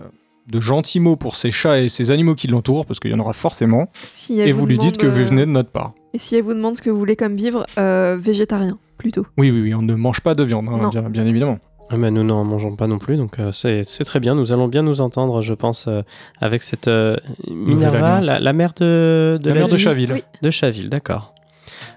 Speaker 2: de gentils mots pour ses chats et ses animaux qui l'entourent, parce qu'il y en aura forcément.
Speaker 4: Si elle
Speaker 2: Et vous, lui
Speaker 4: demande,
Speaker 2: dites que vous
Speaker 4: euh,
Speaker 2: venez de notre part.
Speaker 4: Et si elle vous demande ce que vous voulez comme vivre, euh, végétarien, plutôt.
Speaker 2: Oui, oui, oui, on ne mange pas de viande, hein,
Speaker 4: Non.
Speaker 2: bien, bien évidemment.
Speaker 5: Ah ben, nous n'en mangeons pas non plus, donc euh, c'est c'est très bien. Nous allons bien nous entendre, je pense, euh, avec cette euh, Minerva,
Speaker 2: alliance.
Speaker 5: la, la mère de, de
Speaker 2: la mère de
Speaker 5: ville
Speaker 2: Chaville.
Speaker 4: Oui.
Speaker 5: De Chaville, d'accord.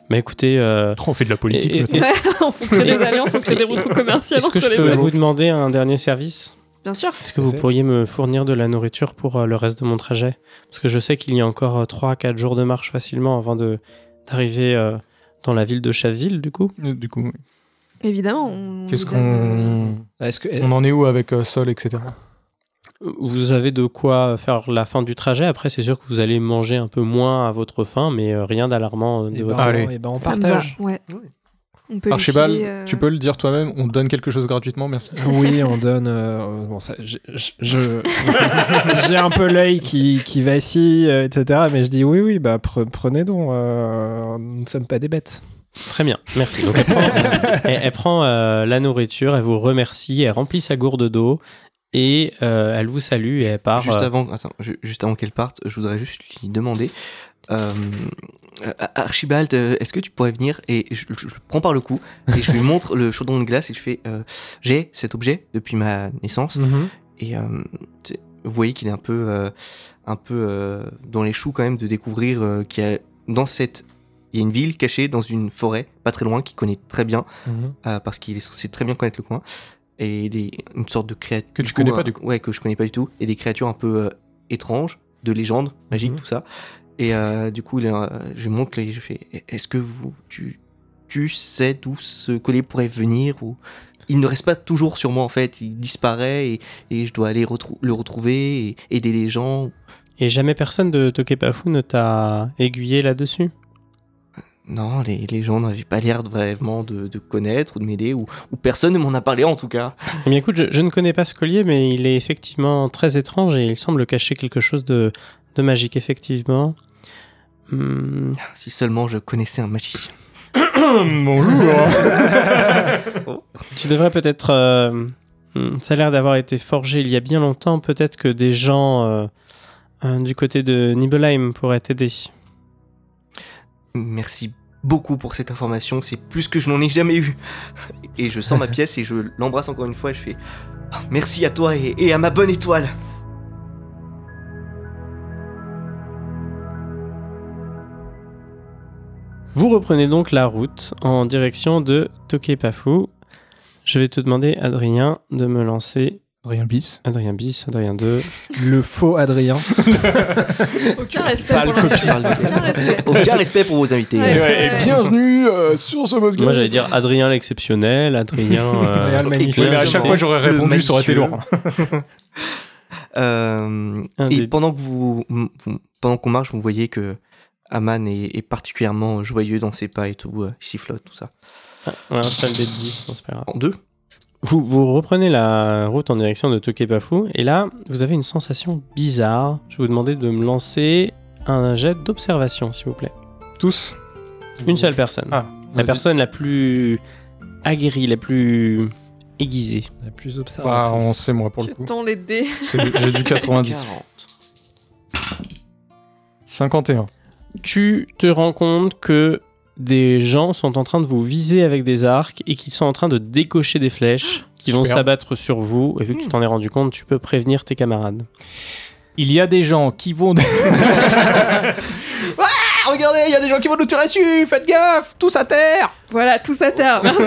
Speaker 5: Mais écoutez, euh,
Speaker 2: Oh, on fait de la politique.
Speaker 5: Et- et-
Speaker 2: maintenant.
Speaker 5: et-
Speaker 4: Ouais, <laughs> on fait créer des alliances, on crée des routes commerciales
Speaker 5: est-ce
Speaker 4: entre
Speaker 5: que je
Speaker 4: les
Speaker 5: peux
Speaker 4: deux.
Speaker 5: vous demander un dernier service
Speaker 4: Bien sûr.
Speaker 5: Est-ce que vous
Speaker 3: fait.
Speaker 5: pourriez me fournir de la nourriture pour euh, le reste de mon trajet Parce que je sais qu'il y a encore 3-4 jours de marche facilement avant de- d'arriver euh, dans la ville de Chaville, du coup.
Speaker 2: Euh, Du coup, oui.
Speaker 4: Évidemment. on-
Speaker 2: qu'est-ce
Speaker 4: on lui donne, euh,
Speaker 2: qu'on.
Speaker 3: Est-ce que,
Speaker 2: On en est où avec euh, Sol, etc.
Speaker 5: Vous avez de quoi faire la fin du trajet. Après, c'est sûr que vous allez manger un peu moins à votre faim, mais euh, rien d'alarmant euh, de
Speaker 3: Eh
Speaker 5: votre
Speaker 3: ben,
Speaker 2: Allez.
Speaker 3: eh ben, on
Speaker 4: ça me
Speaker 3: partage.
Speaker 4: va, Ouais. On peut lui
Speaker 2: Archibald,
Speaker 4: filer, euh,
Speaker 2: tu peux le dire toi-même, on te donne quelque chose gratuitement, merci.
Speaker 3: Oui, on donne. euh, bon, ça, j'ai- j'ai- je <laughs> j'ai un peu l'œil qui, qui vacille, euh, etc. Mais je dis oui, oui, bah pre- prenez donc. euh, nous ne sommes pas des bêtes.
Speaker 5: Très bien, merci. Donc elle prend, elle- elle prend, euh, la nourriture, elle vous remercie, elle remplit sa gourde d'eau et euh, elle vous salue et elle part.
Speaker 6: Juste
Speaker 5: euh,
Speaker 6: avant, attends, ju- juste avant qu'elle parte, je voudrais juste lui demander. euh, euh, Archibald, euh, est-ce que tu pourrais venir et je, je- je le prends par le cou et je lui montre le chaudron de glace et je fais euh, j'ai cet objet depuis ma naissance
Speaker 3: Mm.
Speaker 6: et euh, tu sais, vous voyez qu'il est un peu euh, un peu euh, dans les choux quand même de découvrir euh, qu'il y a dans cette il y a une ville cachée dans une forêt pas très loin qu'il connaît très bien
Speaker 3: Mm-hmm.
Speaker 6: euh, parce qu'il est censé très bien connaître le coin et des, une sorte de créature
Speaker 2: Que tu connais pas, du coup.
Speaker 6: euh, ouais que je connais pas du tout et des créatures un peu euh, étranges de légendes magiques
Speaker 3: Mhm.
Speaker 6: tout ça et euh, du coup il est, euh, je lui montre et je fais est-ce que vous tu tu sais d'où ce collier pourrait venir ou il ne reste pas toujours sur moi en fait il disparaît et, et je dois aller retrou- le retrouver et aider les gens
Speaker 5: Et jamais personne de Tokepafu ne t'a aiguillé là-dessus
Speaker 6: Non, les, les gens n'avaient pas l'air de- vraiment de, de connaître ou de m'aider, ou, ou personne ne m'en a parlé en tout cas.
Speaker 5: Eh bien, écoute, je, je ne connais pas ce collier, mais il est effectivement très étrange et il semble cacher quelque chose de, de magique, effectivement. Hmm,
Speaker 6: Si seulement je connaissais un magicien.
Speaker 2: <laughs> Bonjour.
Speaker 5: tu devrais peut-être. euh, hmm, ça a l'air d'avoir été forgé il y a bien longtemps. Peut-être que des gens euh, euh, du côté de Nibelheim pourraient t'aider.
Speaker 6: Merci beaucoup pour cette information, c'est plus que je n'en ai jamais eu. Et je sors ma pièce et je l'embrasse encore une fois et je fais Ah, merci à toi et- et à ma bonne étoile.
Speaker 5: Vous reprenez donc la route en direction de Tokepafu. Je vais te demander, Adrien, de me lancer.
Speaker 2: Rien bis.
Speaker 5: Adrien bis,
Speaker 2: <laughs>
Speaker 5: Adrien 2.
Speaker 3: Le faux Adrien.
Speaker 4: Aucun respect pour l'invité. Aucun respect.
Speaker 6: Aucun respect pour vos invités.
Speaker 4: Ouais.
Speaker 2: et bienvenue euh, sur ce podcast.
Speaker 5: Moi, j'allais dire Adrien
Speaker 2: <laughs>
Speaker 5: l'exceptionnel, Adrien.
Speaker 3: <laughs>
Speaker 5: euh,
Speaker 3: Adrien le magnifique.
Speaker 2: Oui, mais à chaque fois j'aurais
Speaker 6: Le
Speaker 2: répondu, ça aurait été
Speaker 6: malicieux.
Speaker 2: lourd.
Speaker 6: Euh,
Speaker 5: Un
Speaker 6: et
Speaker 5: des-
Speaker 6: pendant que vous, vous- pendant qu'on marche, vous voyez que Aman est, est particulièrement joyeux dans ses pas et tout, euh, il sifflote tout ça.
Speaker 5: Ouais, un seul dé de 10, bon, c'est pas grave.
Speaker 6: En deux.
Speaker 5: Vous, vous reprenez la route en direction de Tokepafu, et là, vous avez une sensation bizarre. Je vais vous demander de me lancer un jet d'observation, s'il vous plaît.
Speaker 2: Tous.
Speaker 5: Une seule personne.
Speaker 2: Ah,
Speaker 5: la
Speaker 2: vas-y.
Speaker 5: personne la plus aguerrie, la plus aiguisée.
Speaker 3: La plus
Speaker 2: Bah, on
Speaker 3: observatrice.
Speaker 2: sait moi pour le coup.
Speaker 4: J'attends les dés.
Speaker 2: C'est- J'ai <laughs> du 90. 51.
Speaker 5: tu te rends compte que des gens sont en train de vous viser avec des arcs et qu'ils sont en train de décocher des flèches qui vont
Speaker 2: Super.
Speaker 5: s'abattre sur vous. Et vu que tu t'en es rendu compte, tu peux prévenir tes camarades.
Speaker 2: Il y a des gens qui vont.
Speaker 6: Ah, regardez, il y a des gens qui vont nous tirer dessus. Faites gaffe, tous à terre.
Speaker 4: Voilà, tous à
Speaker 2: <laughs>
Speaker 4: terre. Merci.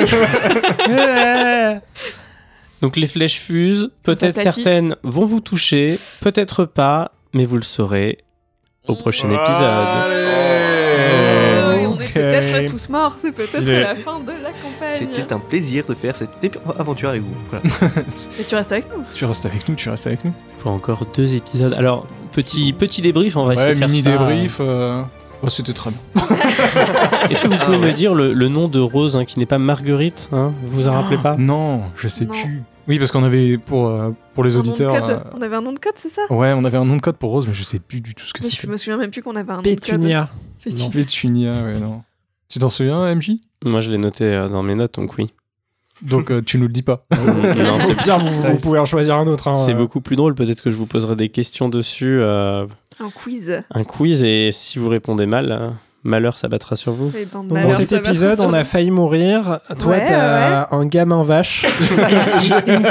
Speaker 5: Donc les flèches fusent, peut-être
Speaker 4: s'aplatit.
Speaker 5: certaines vont vous toucher, peut-être pas, mais vous le saurez au prochain
Speaker 2: Oh,
Speaker 5: épisode.
Speaker 4: Euh, et On
Speaker 3: Ok.
Speaker 4: est peut-être tous morts, c'est peut-être
Speaker 2: Stylé.
Speaker 4: la fin de la campagne.
Speaker 6: C'était un plaisir de faire cette ép- aventure avec vous. Voilà.
Speaker 4: Oh, Et tu restes avec nous
Speaker 2: Tu restes avec nous, tu restes avec nous.
Speaker 5: Pour encore deux épisodes. Alors, petit, petit débrief, on va essayer
Speaker 2: Ouais,
Speaker 5: de faire
Speaker 2: mini
Speaker 5: ça.
Speaker 2: débrief. euh, oh, C'était très bien.
Speaker 5: Est-ce que vous pouvez me dire le, le nom de Rose hein, qui n'est pas Marguerite hein Vous vous en rappelez pas
Speaker 2: Non, je sais
Speaker 4: Non.
Speaker 2: plus. Oui, parce qu'on avait pour euh, pour les
Speaker 4: Un nom de
Speaker 2: auditeurs.
Speaker 4: code. On avait un nom de code, c'est ça
Speaker 2: euh, ouais, on avait un nom de code pour Rose, mais je sais plus du tout ce que
Speaker 4: Mais je
Speaker 2: c'était.
Speaker 4: me souviens même plus qu'on avait un nom de code.
Speaker 3: Pétunia.
Speaker 4: Pétunia.
Speaker 2: Non, Pétunia, ouais, non. Tu t'en souviens, MJ
Speaker 5: Moi, je l'ai noté euh, dans mes notes, donc oui.
Speaker 2: Donc euh, tu nous le dis pas.
Speaker 5: Non,
Speaker 3: <laughs>
Speaker 5: c'est-
Speaker 3: C'est bien, Bah, vous, vous pouvez en choisir un autre. hein.
Speaker 5: C'est beaucoup plus drôle. Peut-être que je vous poserai des questions dessus, euh,
Speaker 4: Un quiz.
Speaker 5: un quiz, et si vous répondez mal, euh, malheur s'abattra sur vous.
Speaker 4: Et ben,
Speaker 3: Donc,
Speaker 4: malheur,
Speaker 3: dans cet
Speaker 4: ça va
Speaker 3: épisode,
Speaker 4: sur-
Speaker 3: on a failli mourir. Toi,
Speaker 4: Ouais,
Speaker 3: t'as un
Speaker 4: <laughs>
Speaker 3: gamin vache. incoming.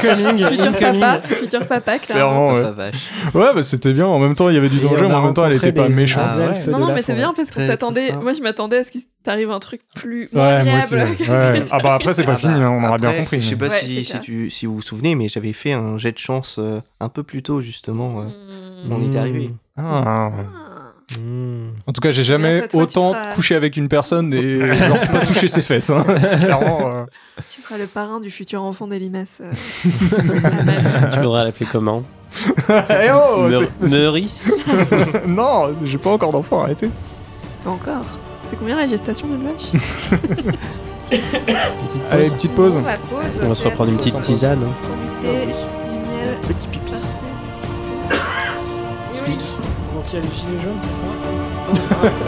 Speaker 4: <laughs> Futur
Speaker 3: incoming.
Speaker 4: papa, futur papa, clairement.
Speaker 2: Clairement, ouais.
Speaker 6: Papa vache.
Speaker 2: <laughs> Ouais, bah c'était bien. En même temps, il y avait du
Speaker 3: Et
Speaker 2: danger,
Speaker 3: on
Speaker 2: mais
Speaker 3: a
Speaker 2: en même temps, elle
Speaker 3: rencontré
Speaker 2: était pas
Speaker 3: des
Speaker 2: méchante.
Speaker 6: Ah ouais.
Speaker 3: elfes
Speaker 4: Non,
Speaker 3: de
Speaker 4: non,
Speaker 3: la
Speaker 4: mais c'est
Speaker 3: forêt.
Speaker 4: bien parce qu'on
Speaker 6: Très
Speaker 4: s'attendait.
Speaker 6: transparent.
Speaker 4: Moi, je m'attendais à ce qu'il t'arrive un truc plus moins
Speaker 2: Ouais, moi aussi.
Speaker 4: agréable. <laughs>
Speaker 2: ouais. Ouais. Ah bah après, c'est pas
Speaker 6: Ah
Speaker 2: fini,
Speaker 6: bah,
Speaker 2: hein, on aura bien
Speaker 6: après,
Speaker 2: compris.
Speaker 6: Je sais
Speaker 2: mais-
Speaker 6: pas
Speaker 4: Ouais, c'est
Speaker 6: si, si
Speaker 4: ça.
Speaker 6: tu, si vous vous souvenez, mais j'avais fait un jet de chance euh, un peu plus tôt justement. euh,
Speaker 4: Mmh.
Speaker 6: On y est arrivé.
Speaker 2: Ah.
Speaker 4: Ah.
Speaker 3: Mm.
Speaker 2: En tout cas, j'ai jamais
Speaker 4: Grâce à toi, tu
Speaker 2: autant
Speaker 4: seras-
Speaker 2: couché avec une personne et genre, pas touché ses fesses. hein. Clairement. euh,
Speaker 4: Tu seras le parrain du futur enfant des limaces.
Speaker 2: <laughs>
Speaker 4: euh, Amal.
Speaker 5: Tu voudras l'appeler comment
Speaker 2: Eh oh,
Speaker 5: Meur-
Speaker 2: c'est- c'est-
Speaker 5: Meurice
Speaker 2: Non, j'ai pas encore d'enfant, arrêtez.
Speaker 4: Pas encore. C'est combien la gestation d'une vache
Speaker 3: Petite
Speaker 2: Allez,
Speaker 3: pause.
Speaker 2: petite pause.
Speaker 4: Bon, bah, pause,
Speaker 5: On va se
Speaker 4: c'est la
Speaker 5: reprendre une
Speaker 4: pause.
Speaker 5: petite tisane. hein.
Speaker 4: Prends du thé, du miel, c'est parti. Et oui.
Speaker 3: Donc, il y a les gilets jaunes, c'est ça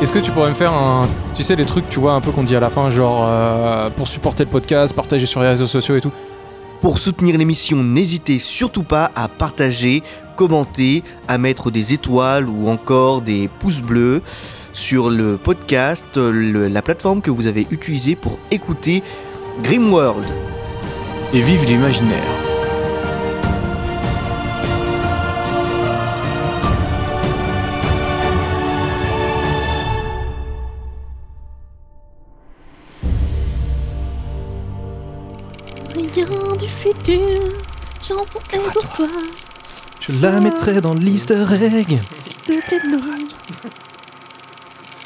Speaker 2: Est-ce que tu pourrais me faire un. Tu sais, les trucs, tu vois, un peu qu'on dit à la fin, genre euh, pour supporter le podcast, partager sur les réseaux sociaux et tout.
Speaker 6: Pour soutenir l'émission, n'hésitez surtout pas à partager, commenter, à mettre des étoiles ou encore des pouces bleus sur le podcast, le- la plateforme que vous avez utilisée pour écouter Grimworld.
Speaker 8: Et vive l'imaginaire.
Speaker 9: Rien du futur, cette chanson est pour toi.
Speaker 6: Je la mettrai dans l'easter egg.
Speaker 9: S'il te plaît, non.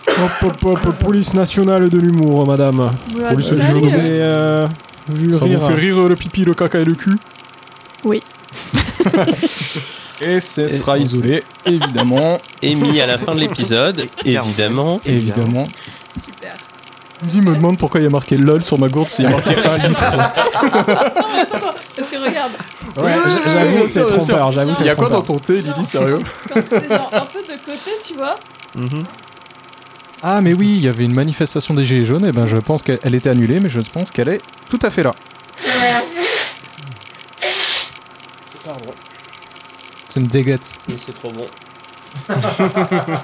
Speaker 3: Hop, hop, hop, police nationale de l'humour, madame.
Speaker 4: Voilà,
Speaker 3: Police,
Speaker 4: salut.
Speaker 2: hein.
Speaker 3: je vous ai euh, vu rire.
Speaker 2: rire le pipi, le caca et le cul.
Speaker 4: Oui.
Speaker 2: <laughs> Et ce sera isolé, évidemment.
Speaker 5: Et mis à la fin de <laughs> l'épisode, évidemment.
Speaker 2: évidemment.
Speaker 4: Super.
Speaker 2: Il Eh me demande pourquoi il y a marqué LOL sur ma gourde s'il y a <laughs> marqué 1 litre.
Speaker 4: Parce que regarde,
Speaker 3: Ouais,
Speaker 2: bien
Speaker 3: j'avoue, c'est
Speaker 2: sûr, bien sûr.
Speaker 3: trompeur. J'avoue,
Speaker 2: Il y a
Speaker 3: c'est
Speaker 2: quoi dans
Speaker 3: trompeur.
Speaker 2: ton thé, Lily, sérieux
Speaker 4: quand c'est genre un peu de côté, tu vois.
Speaker 2: Ah, mais oui, il y avait une manifestation des Gilets jaunes, et ben je pense qu'elle elle était annulée, mais je pense qu'elle est tout à fait là. C'est une déguette.
Speaker 5: Mais c'est trop bon.